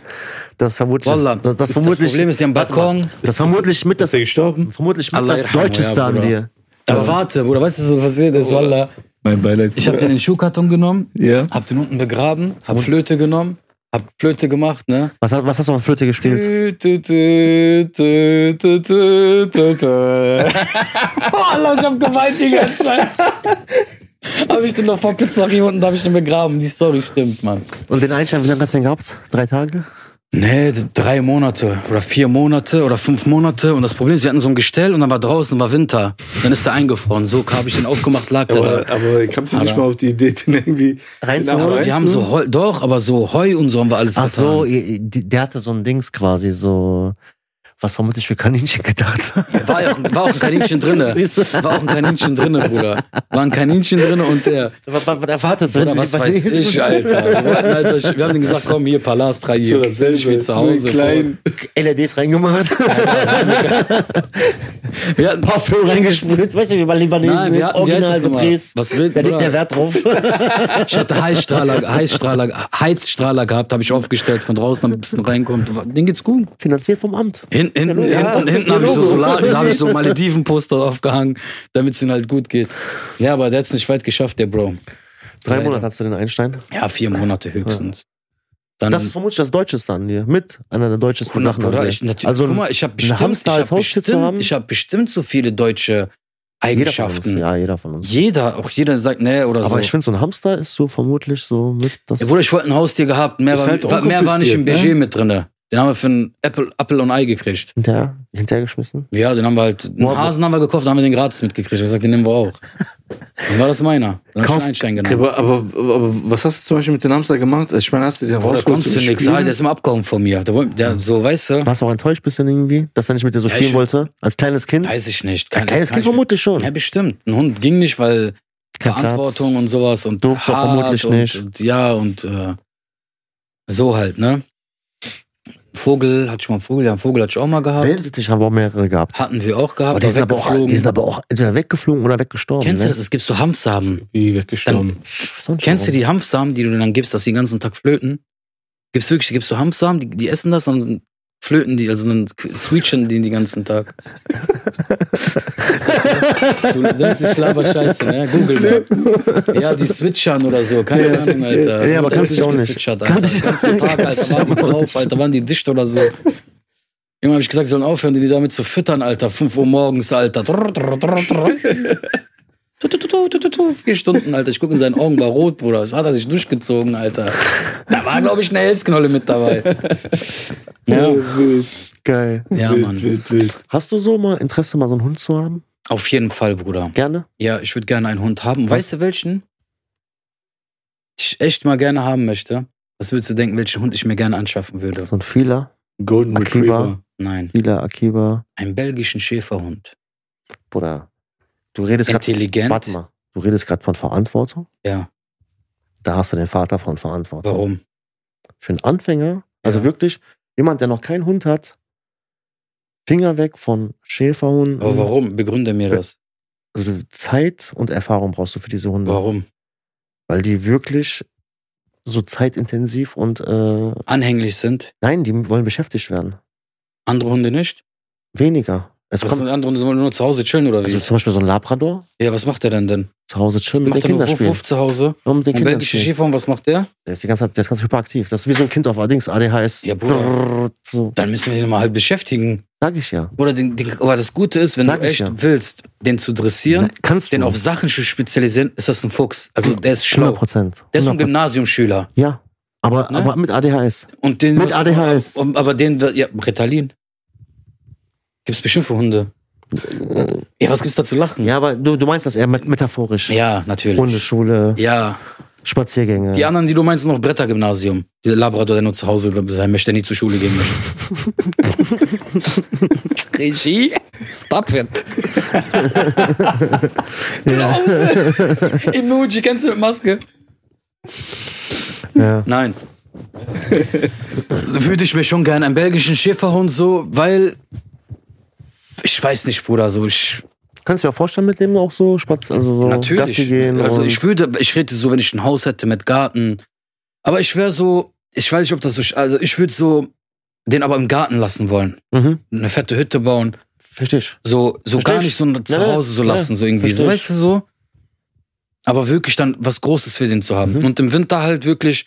Das vermutlich. Wallah. das, das, das vermutlich Problem ist, die haben Warte mal. Balkon. Das ist vermutlich mit das Ist er gestorben? vermutlich mit Allah das yarhamu, Deutscheste ja, an Bruder. dir. Aber warte, Bruder, weißt du, was passiert ist? Wallah. Mein Beileid. Ich habe den in den Schuhkarton genommen, Ja. hab den unten begraben, hab Flöte genommen, hab Flöte gemacht, ne? Was, hat- was hast du auf der Flöte gespielt? Tü, tü, tü, tü, tü, tü, tü, tü. *laughs* Oh, Allah, ich hab geweint die ganze Zeit. *laughs* Hab ich den noch vor Pizzeria unten, da hab ich den begraben. Die Story stimmt, Mann. Und den Einstein, wie lange hast du den gehabt? Drei Tage? Nee, d- drei Monate oder vier Monate oder fünf Monate. Und das Problem ist, wir hatten so ein Gestell und dann war draußen, war Winter. Dann ist der eingefroren. So habe ich den aufgemacht, lag der da. Aber, aber ich kam dir nicht Aber- mal auf die Idee, den irgendwie Genau, Reinzuholen? Aber Wir haben so Heu, doch, aber so Heu und so haben wir alles Ach getan. so, ihr- die- der hatte so ein Dings quasi, so was vermutlich für *laughs* Kaninchen gedacht war. War, ja auch, war auch ein Kaninchen *laughs* drinne. Siehst du? War auch ein Kaninchen drinne, Bruder. War ein Kaninchen drinne und der. Was, was, was erwartest du? wenn Oder du was die weiß Balinesen- ich, Alter. Wir, wollten, Alter, wir haben denen gesagt, komm hier, Palast, drei hier, ich will zu Hause. Klein. LEDs E reingemacht, Wir hatten, Parfüm reingesprüht. Weißt du, wie bei Libanesen Nein, wir ist? hatten- wie heißt das Original nochmal? Gebräs. Was will- Da liegt oder? der Wert *laughs* drauf. ich hatte Heißstrahler, Heißstrahler, Heizstrahler gehabt, habe ich aufgestellt von draußen, damit ein bisschen reinkommt. Den geht's gut. Finanziert vom Amt. Hinten, hinten, Ja, hinten, hinten habe ich so Solar, da habe ich so Malediven-Poster aufgehangen, damit es ihnen halt gut geht. Ja, aber der hat's nicht weit geschafft, der Bro. Drei Leider. Monate hast du den Einstein. Ja, vier Monate höchstens. Dann Das ist vermutlich das Deutscheste an dir. Mit einer der deutschesten Sachen an Bruder, dir. ich, natürlich, also also, guck mal, ich habe einen bestimmt, ich Hamster als hab Haustier zu haben? bestimmt, ich hab bestimmt so viele deutsche jeder von uns. Eigenschaften. Ja, jeder von uns. Jeder, auch jeder sagt, nee, oder Aber so. ich finde, so ein Hamster ist so vermutlich so mit das. Ja, Bruder, ich wollte ein Haustier gehabt, mehr, Ist war, halt war, mehr war nicht im unkompliziert, Budget ne? mit drinne. Den haben wir für ein Apple, Apple und Ei gekriegt. hinterher, hinterhergeschmissen. Ja, den haben wir halt, einen Wow. Hasen haben wir gekauft, dann haben wir den gratis mitgekriegt. Ich hab gesagt, den nehmen wir auch. *laughs* Dann war das meiner. Dann hab ich Kauf- einen Einstein genannt. Aber, aber, aber was hast du zum Beispiel mit den Hamster gemacht? Also ich meine, hast du den Oder rausgeholt kommst zum du nix? Spielen? Ah, der ist immer abgehauen von mir. Der, wollte- der so, weißt du? Warst du auch enttäuscht bisschen irgendwie, dass er nicht mit dir so Ja, spielen ich- wollte? Als kleines Kind? Weiß ich nicht. Als kleines Kind ich- vermutlich schon. Ja, bestimmt. Ein Hund ging nicht, weil Hm. Kein Platz. Verantwortung und sowas und Durfte auch hart vermutlich und, nicht. Und, ja, und äh, so halt, ne? Vogel, hatte ich mal einen Vogel, ja, einen Vogel hatte ich auch mal gehabt. Wellensittich haben wir auch mehrere gehabt. Hatten wir auch gehabt, Aber Oh, die, sind aber auch, weggeflogen. die sind aber auch entweder weggeflogen oder weggestorben. Kennst ne? du das? Es gibt so Hanfsamen. Wie weggestorben. So ein Kennst du Schmarrn. die Hanfsamen, die du dann gibst, dass die den ganzen Tag flöten? Gibt's wirklich, gibst du Hanfsamen, die, die essen das und flöten die, also dann switchen die den *laughs* ganzen Tag. du denkst, ich laber Scheiße, ne? Google mal. Ja, die switchern oder so, keine Ahnung, Alter. Ja, aber Wurde kannte ich richtig auch nicht. gezwitschert, Alter. Kannte Den ich- ganzen Tag, kannte Alter, ich waren die auch drauf, Alter, waren die dicht oder so. Irgendwann habe ich gesagt, sie sollen aufhören, die damit zu füttern, Alter. 5 Uhr morgens, Alter. Drrr, drrr, drrr, drrr. Tu, tu, tu, tu, tu, tu, tu. Vier Stunden, Alter. Ich gucke in seinen Augen, war rot, Bruder. Das hat er sich durchgezogen, Alter. Da war, glaube ich, eine Helsknolle mit dabei. Ja, Wild, Geil. ja wild, Mann. wild, wild. Hast du so mal Interesse, mal so einen Hund zu haben? Auf jeden Fall, Bruder. Gerne? Ja, ich würde gerne einen Hund haben. Weißt du welchen? Ich echt mal gerne haben möchte. Was würdest du denken, welchen Hund ich mir gerne anschaffen würde? So ein Fehler. Golden Akiba. Retriever. Nein, Fehler, Akiba. einen belgischen Schäferhund. Bruder. Du redest gerade. Intelligent. Warte mal. Du redest gerade von Verantwortung. Ja, Da hast du den Vater von Verantwortung. warum? Für einen Anfänger, also Ja. wirklich, jemand, der noch keinen Hund hat, Finger weg von Schäferhunden. Aber warum? Begründe mir das. Also du- Zeit und Erfahrung brauchst du für diese Hunde. Warum? Weil die wirklich so zeitintensiv und äh, Anhänglich sind. nein, die wollen beschäftigt werden. Andere Hunde nicht? Weniger. Es Was kommt, sind andere Hunde sollen nur zu Hause chillen oder wie? also zum Beispiel so ein Labrador, ja, was macht der denn denn? zu Hause chillen mit den Macht er nur Kindern Wuff spielen. Wuff zu Hause? Nur mit den Ein Kindern belgischer spielen. Schäferhund, was macht der? Der ist, die ganze Zeit, der ist ganz hyperaktiv. Das ist wie so ein Kind auf Dings, ADHS. Ja, Bruder. Brrr, so. Dann müssen wir ihn mal halt beschäftigen. Sag ich ja. Oder den, den, aber das Gute ist, wenn Sag du ich echt ja. willst, den zu dressieren, Na, kannst den du. auf Sachen zu spezialisieren, ist das ein Fuchs. Also der ist schlau. 100 Prozent. Der ist ein Gymnasiumschüler. Ja, aber, Ne? aber mit ADHS. Und den Mit muss- ADHS. Um, aber den, ja, Ritalin. Gibt's bestimmt für Hunde. Ja, was gibt's da zu lachen? Ja, aber du, du meinst das eher met metaphorisch. Ja, natürlich. Hundeschule, Ja, Spaziergänge. die anderen, die du meinst, sind noch Brettergymnasium. Der Labrador, der nur zu Hause sein möchte, der nie zur Schule gehen möchte. Regie, stop it. Klaus, Emoji, kennst du mit Maske? Ja. Nein. so würde ich mir schon gern einen belgischen Schäferhund so, weil ich weiß nicht, Bruder, so ich Kannst du dir auch vorstellen, mit dem auch so Spatz, also so natürlich. Gassi gehen? also und ich würde, ich rede so, wenn ich ein Haus hätte mit Garten, aber ich wäre so, ich weiß nicht, ob das so, sch- also ich würde so den aber im Garten lassen wollen, mhm. eine fette Hütte bauen, Versteh ich. so so Versteh gar ich. nicht so ein Ja, Zuhause so ja, lassen so irgendwie, so, versteh ich. weißt du so, aber wirklich dann was Großes für den zu haben Mhm. und im Winter halt wirklich,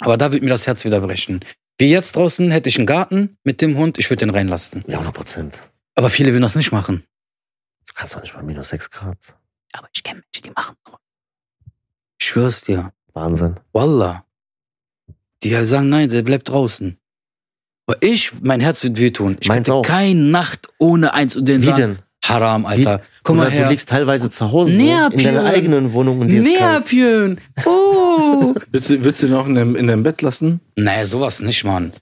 aber da wird mir das Herz wieder brechen. Wie jetzt draußen hätte ich einen Garten mit dem Hund, ich würde den reinlassen. Ja, 100 Prozent. Aber viele würden das nicht machen. Du kannst doch nicht bei minus 6 Grad. Aber ich kenne Menschen, die machen. Ich schwör's dir. Wahnsinn. Wallah. Die halt sagen, nein, der bleibt draußen. Aber ich, mein Herz wird wehtun. Ich Meins könnte auch. keine Nacht ohne eins und den Wie sagen, denn? Haram, Alter. Komm Oder mal du her. liegst teilweise zu Hause in Neapel. deiner eigenen Wohnung und dir ist kalt. Neapien. Oh. *laughs* Willst du, willst du ihn auch in deinem, in deinem Bett lassen? nee, sowas nicht, Mann.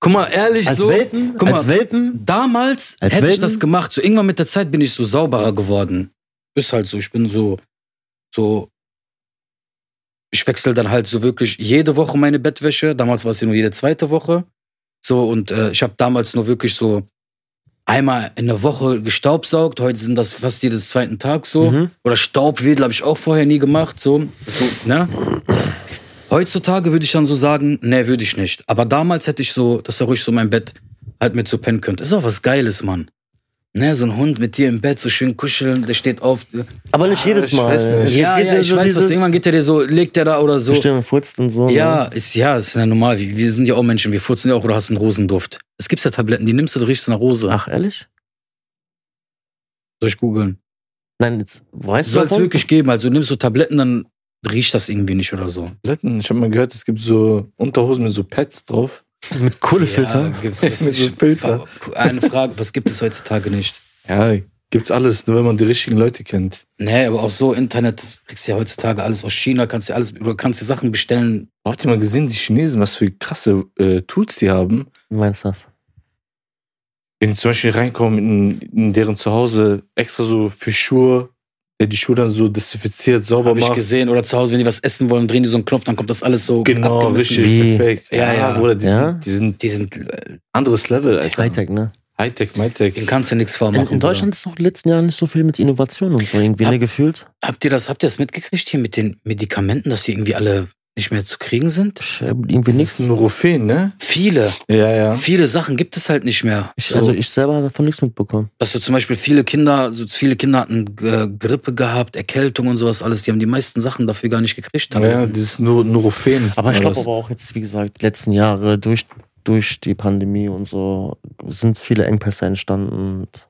Guck mal, ehrlich Als so. Welpen? guck mal. Als Welpen? Damals Als hätte ich Welpen? das gemacht. So irgendwann mit der Zeit bin ich so sauberer geworden. Ist halt so. Ich bin so, so. Ich wechsle dann halt so wirklich jede Woche meine Bettwäsche. Damals war es ja nur jede zweite Woche. So und äh, ich habe damals nur wirklich so einmal in der Woche gestaubsaugt. Heute sind das fast jedes zweiten Tag so. Mhm. Oder Staubwedel habe ich auch vorher nie gemacht. So, so ne? Heutzutage würde ich dann so sagen, nee, würde ich nicht. Aber damals hätte ich so, dass er ruhig so mein Bett halt mit so pennen könnte. Ist auch was Geiles, Mann. Ne, so ein Hund mit dir im Bett, so schön kuscheln, der steht auf. Aber nicht jedes ich Mal. weiß nicht. Es ja, geht ja, ich so weiß, was dieses- irgendwann geht der dir so, legt der da oder so. Bestimmt furzt und so. Ja, ne? ist ja, ist ja normal. Wir, wir sind ja auch Menschen, wir furzen ja auch oder hast einen Rosenduft. Es gibt ja Tabletten, die nimmst du, du riechst nach Rose. Ach, ehrlich? Soll ich googeln? Nein, jetzt weißt du Soll es davon? wirklich geben. Also nimmst du Tabletten, dann riecht das irgendwie nicht oder so. Toiletten. Ich habe mal gehört, es gibt so Unterhosen mit so Pads drauf. mit Kohlefilter? Ja, *laughs* gibt's, was Mit so ich- Filter. Eine Frage, was gibt es heutzutage nicht? Ja, gibt's alles, nur wenn man die richtigen Leute kennt. Nee, aber auch so Internet kriegst du ja heutzutage alles aus China, kannst du alles, du kannst dir Sachen bestellen. Habt ihr mal gesehen, die Chinesen, was für krasse äh, Tools die haben? Wie meinst du das? Wenn die zum Beispiel reinkommen in, in deren Zuhause, extra so für Schuhe, der die Schuhe dann so desinfiziert, sauber Habe ich macht. gesehen. Oder zu Hause, wenn die was essen wollen, drehen die so einen Knopf, dann kommt das alles so Genau, abgemessen. richtig, Wie? perfekt. Ja, ja. Bruder, die, Ja? Sind, die sind Die sind, äh, anderes Level, Alter. Hightech, ne? Hightech, Hightech. denen kannst du nichts In, vormachen. in Deutschland ist noch in den letzten Jahren nicht so viel mit Innovationen und so irgendwie, Ab- ne, gefühlt. Bruder. Habt ihr das, habt ihr das mitgekriegt hier mit den Medikamenten, dass die irgendwie alle nicht mehr zu kriegen sind? Ich, äh, irgendwie Das ist nichts. ein Rufen, ne? Viele, Ja, ja. viele Sachen gibt es halt nicht mehr. Ich, So. also ich selber habe davon nichts mitbekommen. Dass du zum Beispiel viele Kinder, so viele Kinder hatten äh, Grippe gehabt, Erkältung und sowas alles, die haben die meisten Sachen dafür gar nicht gekriegt. Ja, dieses Nur- Nurofen. Aber ich Oder glaube was? aber auch jetzt, wie gesagt, die letzten Jahre durch, durch die Pandemie und so sind viele Engpässe entstanden. Und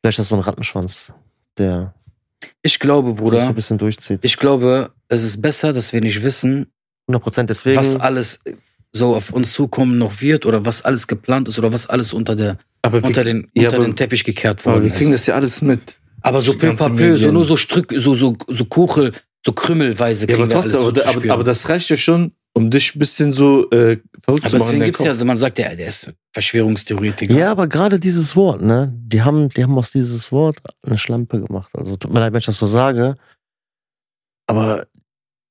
vielleicht ist das so ein Rattenschwanz, der Ich glaube, sich so Bruder, ein bisschen durchzieht. ich glaube, es ist besser, dass wir nicht wissen, 100 Prozent. Deswegen, was alles äh, so auf uns zukommen noch wird oder was alles geplant ist oder was alles unter, der, aber unter, wir, den, ja, unter aber- den Teppich gekehrt aber worden wir kriegen ist. das ja alles mit. aber so die peu ganzen à peu, so Medien. nur so Strück, so, so, so Kuchel, so Krümmelweise Ja, kriegen aber wir alles trotzdem, so aber, zu aber, spüren. aber das reicht ja schon, um dich ein bisschen so äh, verrückt Aber zu machen. ne? in deswegen deinem gibt es Kopf. ja, man sagt ja, der ist Verschwörungstheoretiker. ja, aber gerade dieses Wort, ne? Die haben, die haben aus dieses Wort eine Schlampe gemacht. Also tut mir leid, wenn ich das so sage. Aber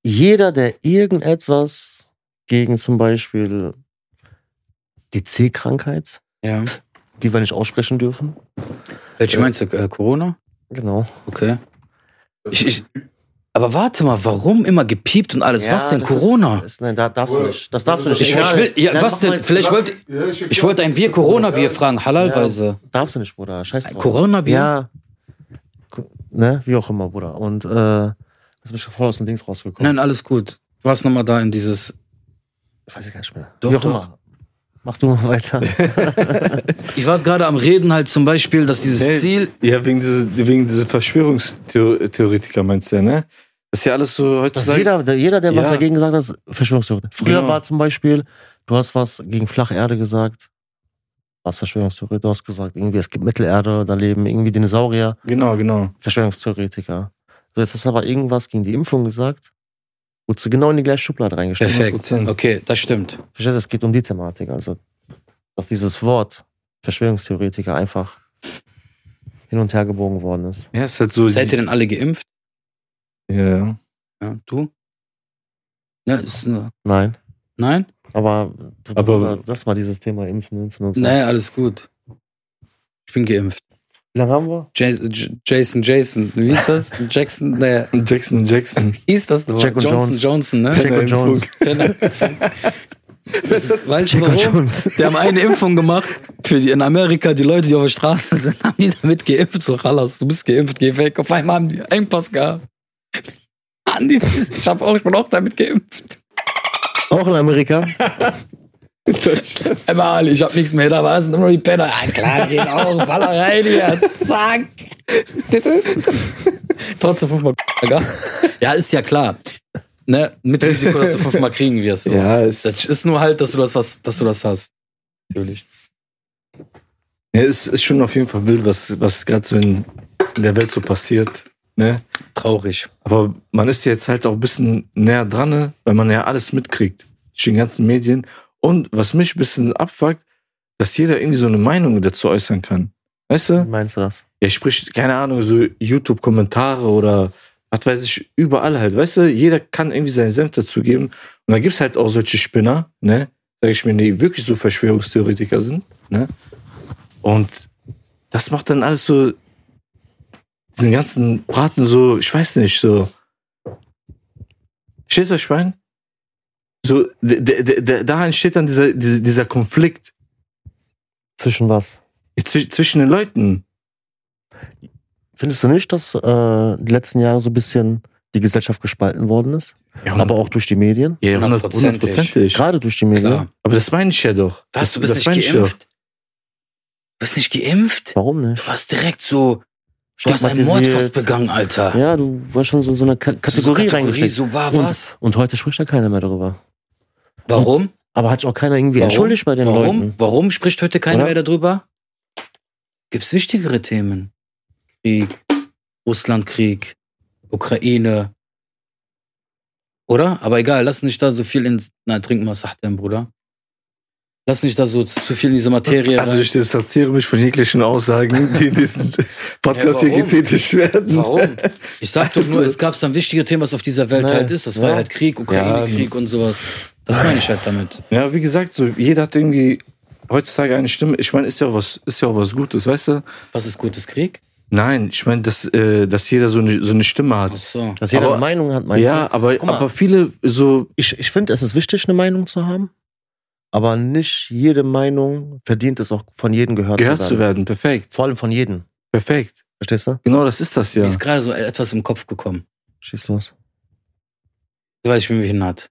jeder, der irgendetwas gegen zum Beispiel die C-Krankheit, Ja. die wir nicht aussprechen dürfen. Welche meinst du, äh, Corona? Genau. Okay. Ich, ich, aber warte mal, warum immer gepiept und alles? Ja, was denn das Corona? Ist, ist, nein, da darfst du nicht. Das darfst du nicht. Ich- ich Egal. will- ja, Nein, was mach denn? mal jetzt- Vielleicht wollte- ich wollte ein Bier Corona-Bier fragen, halalweise. Darfst du nicht, Bruder. Scheiß drauf. Corona-Bier? Ja. Gu- Ne? Wie auch immer, Bruder. Und äh, das mich voll aus dem Dings rausgekommen. Nein, alles gut. Du warst nochmal da in dieses. Ich weiß es gar nicht mehr. Doch, Wie auch doch. immer. Mach du mal *laughs* weiter. Ich war gerade am Reden halt zum Beispiel, dass dieses Nee. Ziel. Ja, wegen dieser wegen diese Verschwörungstheoretiker meinst du ja, ne? Das ist ja alles so Dass heutzutage. jeder, der, jeder, der was Ja. dagegen gesagt hat, ist Verschwörungstheorie. Früher Genau. war zum Beispiel, du hast was gegen flache Erde gesagt. Was Verschwörungstheorie? Du hast gesagt, irgendwie, es gibt Mittelerde, da leben irgendwie Dinosaurier. Genau, genau. Verschwörungstheoretiker. So, jetzt hast du aber irgendwas gegen die Impfung gesagt. Wurdest du genau in die gleiche Schublade reingestellt. Perfekt. 100%. Okay, das stimmt. Verstehst du, es geht um die Thematik. Also, dass dieses Wort Verschwörungstheoretiker einfach hin und her gebogen worden ist. Ja, es ist halt so. Seid ihr denn alle geimpft? ja, ja. Ja, du? Ja, ist, nur- Nein. nein? Aber, du- Aber- das war dieses Thema Impfen, Impfen und so. Naja, alles gut. Ich bin geimpft. Wie lange haben wir? Ja J- Jason, Jason. Wie *laughs* ist das? Jackson, naja. Jackson, Jackson. Wie ist das? nochmal? Jack und Johnson, Jones. Johnson, ne? Jack Penner und im Jones. *laughs* *laughs* Penner. Das ist, weißt du Jack und warum? Jones. Die haben eine Impfung gemacht für die in Amerika, die Leute, die auf der Straße sind, haben die damit geimpft. So, Chalas, du bist geimpft, geh weg. Auf einmal haben die Engpass gehabt. Andi, ich, hab auch, ich bin auch damit geimpft. Auch in Amerika. Einmal Ali, ich hab nichts mehr, da war es nur noch die Penner. Ah, klar, geht auch, baller rein hier, zack. Trotzdem fünfmal gehabt. Ja, ist ja klar. Ne, mit Risiko, dass du fünfmal kriegen wirst. So. Ja, es Das ist nur halt, dass du das, was, dass du das hast. Natürlich. ja, es ist schon auf jeden Fall wild, was, was gerade so in, in der Welt so passiert. Ne? Traurig. Aber man ist jetzt halt auch ein bisschen näher dran, ne? weil man ja alles mitkriegt. Durch die ganzen Medien. Und was mich ein bisschen abfuckt, dass jeder irgendwie so eine Meinung dazu äußern kann. Weißt du? Wie *laughs* meinst du das? Er spricht, keine Ahnung, so YouTube-Kommentare oder was weiß ich, überall halt. Weißt du, jeder kann irgendwie seinen Senf dazu geben. Und da gibt es halt auch solche Spinner, ne? Sag ich mir, die wirklich so Verschwörungstheoretiker sind, ne? Und das macht dann alles so diesen ganzen Braten so, ich weiß nicht, so. Verstehst du, was ich meine? So, d- d- d- d- da entsteht dann dieser, dieser, dieser Konflikt Zwischen was? zwi- zwischen den Leuten. Findest du nicht, dass äh, die letzten Jahre so ein bisschen die Gesellschaft gespalten worden ist? Mhm. Ja, Aber auch durch die Medien? ja, hundertprozentig. hundertprozentig. Gerade durch die Medien? Klar. Aber das meine ich ja doch. das, Was, du bist das nicht meine ich doch. geimpft? Du bist nicht geimpft? Warum nicht? Du warst direkt so, du hast einen Mord Stigmatisiert. fast begangen, Alter. Ja, du warst schon so in so eine Ka So Kategorie, reingesteckt. So war Und- was? Und heute spricht ja keiner mehr darüber. Warum? Aber hat sich auch keiner irgendwie Warum? entschuldigt bei den Warum? Leuten. Warum spricht heute keiner Oder? mehr darüber? Gibt's wichtigere Themen? Krieg, Russlandkrieg, Ukraine. Oder? Aber egal, lass nicht da so viel in. Nein, trink mal Sachtem, Bruder. Lass nicht da so zu viel in diese Materie Also rein. ich distanziere mich von jeglichen *laughs* Aussagen, die in diesem Podcast Ja, hier warum? getätigt werden. Warum? Ich sag doch nur, Also- es gab dann wichtige Themen, was auf dieser Welt Nein. halt ist. Das war Ja. halt Krieg, Ukraine-Krieg und sowas. Das meine ich halt damit. Ja, wie gesagt, so jeder hat irgendwie heutzutage eine Stimme. Ich meine, ist ja auch was, ist ja auch was Gutes, weißt du? Was ist gutes Krieg? Nein, ich meine, dass, äh, dass jeder so eine, so eine Stimme Ach hat. so. Dass jeder Aber- eine Meinung hat, meinst Ja, du? aber, Guck mal. aber viele so, Ich, ich finde, es ist wichtig, eine Meinung zu haben. Aber nicht jede Meinung verdient es auch von jedem gehört, gehört zu zu werden. werden. Perfekt, Vor allem von jedem. perfekt. Verstehst du? Genau das ist das Mir ja. ist gerade so etwas im Kopf gekommen. Schieß los. Du weißt, ich bin mich hinaus.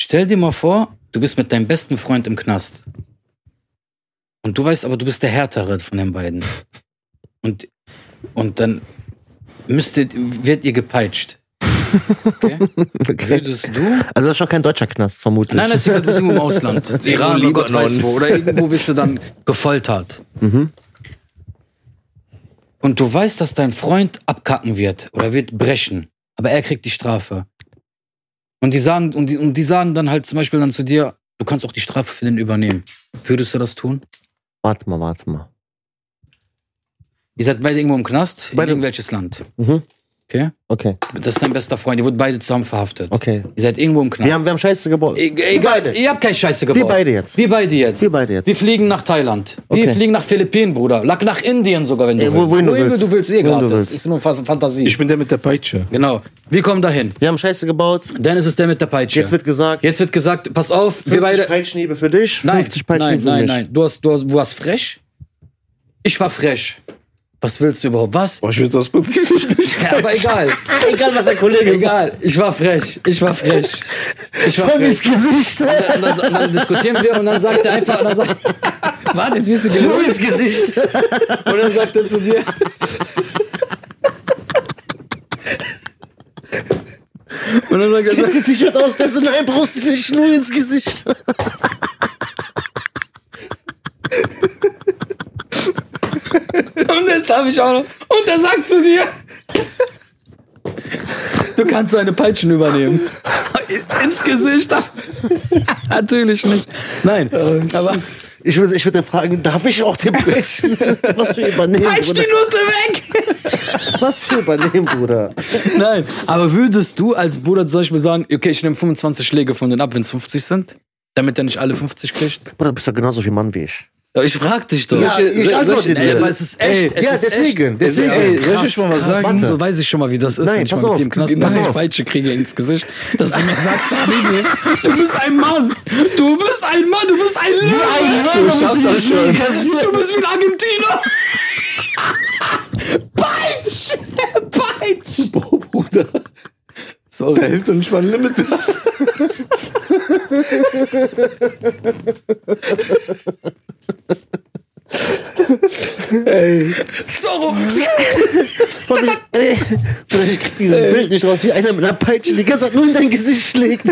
Stell dir mal vor, du bist mit deinem besten Freund im Knast. Und du weißt aber, du bist der Härtere von den beiden. Und, und dann müsstet, wird ihr gepeitscht. Okay? Würdest du Also das ist schon kein deutscher Knast, vermutlich. Nein, das ist egal, du bist irgendwo *laughs* im Ausland. Iran, oder Gott Libanon. weiß wo. Oder irgendwo wirst du dann gefoltert. Mhm. Und du weißt, dass dein Freund abkacken wird oder wird brechen. Aber er kriegt die Strafe. Und die sagen, und die, und die sagen dann halt zum Beispiel dann zu dir, du kannst auch die Strafe für den übernehmen. Würdest du das tun? Warte mal, warte mal. Ihr seid beide irgendwo im Knast, in Beide- irgendwelches Land. Mhm. Okay? Okay, Das ist dein bester Freund, ihr wurdet beide zusammen verhaftet. okay. Ihr seid irgendwo im Knast. Wir haben, wir haben Scheiße gebaut. E- egal, beide. ihr habt keine Scheiße gebaut. Wir beide jetzt. Wir beide jetzt. Wir beide jetzt. Wir fliegen nach Thailand. Wir Okay. fliegen nach Philippinen, Bruder. Lack nach Indien sogar, wenn du Ey, wo- willst. wohin du willst. du willst, eh Wohin du gratis. willst. Ist nur Fa- Fantasie. Ich bin der mit der Peitsche. genau. Wir kommen dahin. Wir haben Scheiße gebaut. Dann ist es der mit der Peitsche. Jetzt wird gesagt, Jetzt wird gesagt, pass auf, wir 50 beide. Peitschenhiebe für dich, Nein, 50 nein, Peitschenhiebe für nein, mich. nein. Du, hast, du, hast, du warst frech. Ich war frech. Was willst du überhaupt? Was? Oh, Boah, ich würde das Prinzip nicht. *laughs* Ja, aber egal. Egal, was der Kollege egal. sagt. Egal. Ich war frech. Ich war frech. Ich war frech. Gesicht. Und dann, Also, und dann diskutieren wir und dann sagt er einfach, und dann sagt, warte, jetzt wirst du gelogen. ins Gesicht. Und dann sagt er zu dir. Und dann sagt er, Sieht die T-Shirt aus, das sind ein Brust nicht nur ins Gesicht. und jetzt darf ich auch noch. Und er sagt zu dir, du kannst deine Peitschen übernehmen. Ins Gesicht. Natürlich nicht. Nein, aber Ich würde ich würd dann fragen, darf ich auch den Peitschen? *laughs* Was wir übernehmen, peitsch die Bruder. Nutte weg. Was wir übernehmen, Bruder. Nein, aber würdest du als Bruder zum Beispiel sagen, okay, ich nehme 25 Schläge von den ab, wenn es 50 sind? Damit er nicht alle 50 kriegt? Bruder, du bist doch genauso viel Mann wie ich. Ja, Ich frag dich doch. Ja, ich Solche- antworte solche- dir. Ey, aber es ist echt. Ey, es ja, ist deswegen, Echt. deswegen. Ey, Ey, soll ich mal was sagen? So weiß ich schon mal, wie das ist, Nein, wenn ich pass mal mit auf. dem Knast Pass dass ich auf. Peitsche kriege ins Gesicht, dass du mir sagst, Habibi, du bist ein Mann. Du bist ein Mann, du bist ein Löwe. Du schaffst das schon. Du bist wie ein Argentinier. *laughs* Peitsche! Peitsche! Boah, Bruder. Sorry. hilft doch nicht mal ein Limit. Sorry. *laughs* Ey, Bruder, ich krieg dieses Bild nicht raus, wie einer mit einer Peitsche die ganze Zeit nur in dein Gesicht *laughs* schlägt.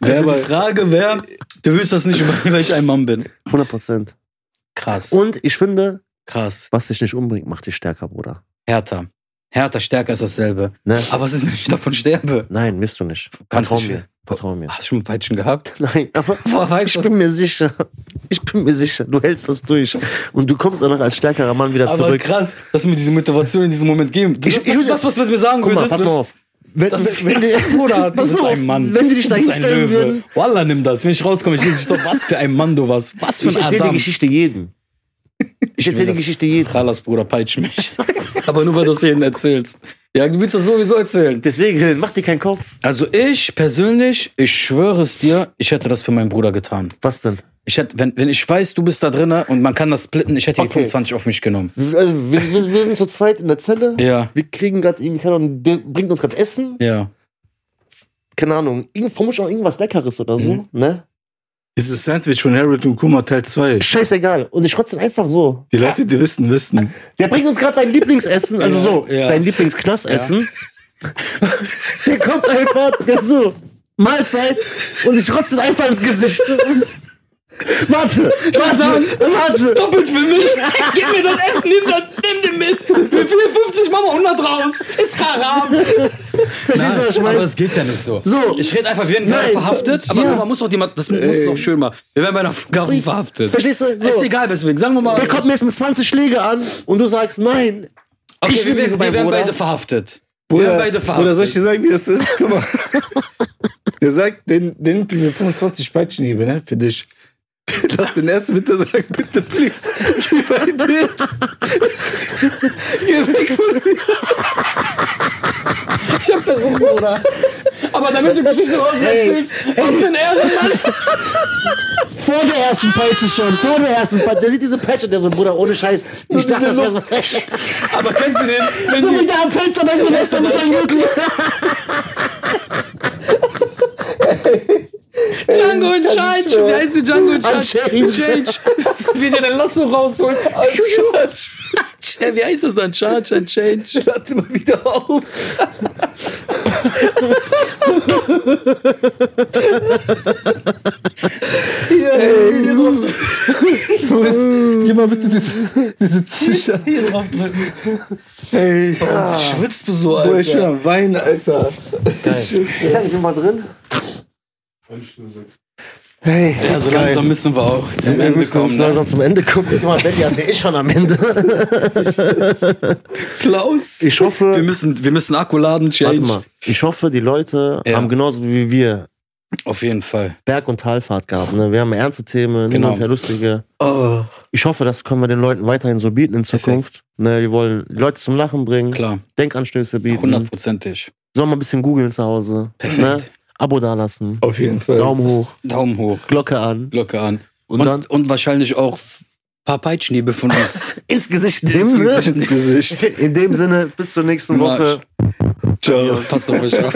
Also die Frage wäre, du willst das nicht übernehmen, weil ich ein Mann bin. 100 Prozent. Krass. Und ich finde, Krass. was dich nicht umbringt, macht dich stärker, Bruder. Härter. Härter, stärker ist dasselbe. Ne? Aber was ist, wenn ich davon sterbe? Nein, wirst du nicht. Kannst Vertrau nicht- mir. Vertrau mir. Hast du schon mal Peitschen gehabt? Nein, aber Boah, *laughs* weißt ich du, bin mir sicher. Ich bin mir sicher. Du hältst das durch. Und du kommst danach als stärkerer Mann wieder aber zurück. krass, dass mir diese Motivation in diesem Moment geben. Das, Ich- das ist das, was du mir sagen Guck mal, würdest. pass mal auf. Wenn, Das ist, wenn, wenn die, *laughs* Bruder, du *laughs* Pass bist mal auf, ein Mann. wenn die dich da Du bist ein hinstellen Löwe. würden. Wallah, nimm das. Wenn ich rauskomme, ich lese dich doch, was für ein Mann du warst. Was für ich ein erzähle die Adam. Geschichte *laughs* jedem. Ich erzähle die das- Geschichte jedem. Kralas, Bruder, peitsch mich. *laughs* Aber nur, weil du es jedem erzählst. Ja, du willst das sowieso erzählen. Deswegen mach dir keinen Kopf. Also ich persönlich, ich schwöre es dir, ich hätte das für meinen Bruder getan. Was denn? Ich hätte, wenn, wenn ich weiß, du bist da drinne und man kann das splitten, ich hätte die Okay. 25 auf mich genommen. Wir- Also, wir, wir, wir sind zu zweit in der Zelle. Ja. Wir kriegen gerade irgendwie, keine Ahnung, der bringt uns gerade Essen. Ja. Keine Ahnung, irgend- vermutlich auch irgendwas Leckeres oder so. Mhm. Ne? Dieses Sandwich von Harold und Kumar Teil 2. Scheißegal. Und ich trotzdem einfach so. Die Leute, die wissen, wissen. Der bringt uns gerade dein Lieblingsessen, also Ja, so, ja. dein Lieblingsknastessen. Der kommt einfach, der ist so, Mahlzeit und ich rotze ihn einfach ins Gesicht. Warte, warte, warte. Doppelt für mich. Gib mir das Essen, nimm, das, nimm den mit. Für 4,50 machen wir 100 raus. Ist *laughs* haram. Verstehst du, was ich aber meine? es geht ja nicht so. So. Ich rede einfach, wir werden Nein. verhaftet, aber Ja. guck, man muss doch die, das muss es doch schön machen. Wir werden bei einer Vergabung verhaftet. Verstehst du? So. Ist egal, weswegen. Sagen wir mal, Der kommt mir jetzt mit 20 Schläge an und du sagst, nein, okay, ich wir, liebe wir, wir werden Bruder. beide verhaftet. wir werden beide verhaftet. Oder soll ich dir sagen, wie das ist? Guck mal. *laughs* Der sagt, den, den nimmt diese 25 Peitschenhiebe, ne? Für dich. *laughs* Nach den ersten bitte sagen, bitte, please, geh bei dir. Geh weg von mir. Ich hab versucht, Bruder. *laughs* Aber damit du Geschichte raus erzählst, was für *laughs* ein Ehrenmann. vor der ersten Peitsche schon, vor der ersten Peitsche. Der sieht diese Peitsche, der so, Bruder, ohne Scheiß. Ich dachte, das wäre so. Aber kennst du den? Wenn So wie die, der am Fenster bei Silvester mit seinem Gürtel. Django und Change, wie heißt die Django und Change? Uncharged. Change. Wie der den Lasso rausholt. Uncharged. Wie heißt das dann? Charge and Change. Hört immer wieder auf. Hier, hier drauf. *laughs* Wo ist- Geh mal bitte diese, diese Tische. Hier drauf drücken. Ey, Schwitzt du so, boah, ich will Alter? am Wein, Alter. Ich sag, ich sind mal drin. Hey, Ja, so langsam müssen wir auch zum wir Ende müssen uns kommen. Ne? langsam zum Ende kommen. Guck mal, Betty hat der ist schon am Ende. Klaus. Ich Wir hoffe, müssen, wir müssen Akku laden, Change. warte mal, ich hoffe, die Leute Ja. haben genauso wie wir Auf jeden Fall. Berg- und Talfahrt gehabt. Ne? Wir haben ernste Themen, Genau. niemand der lustige. Oh. Ich hoffe, das können wir den Leuten weiterhin so bieten in Zukunft. Ne, wir wollen die Leute zum Lachen bringen, Klar. Denkanstöße bieten. Hundertprozentig. Sollen mal ein bisschen googeln zu Hause. Ne? Abo dalassen, Auf jeden Fall. Daumen hoch, Daumen hoch. Glocke an. Glocke an. Und Und, dann- und, wahrscheinlich auch ein paar Peitschenhiebe *laughs* von uns. Ins Gesicht nehmen. Gesicht ins Gesicht. In dem Sinne, bis zur nächsten Marsch. Woche. Ciao. Passt auf euch auf.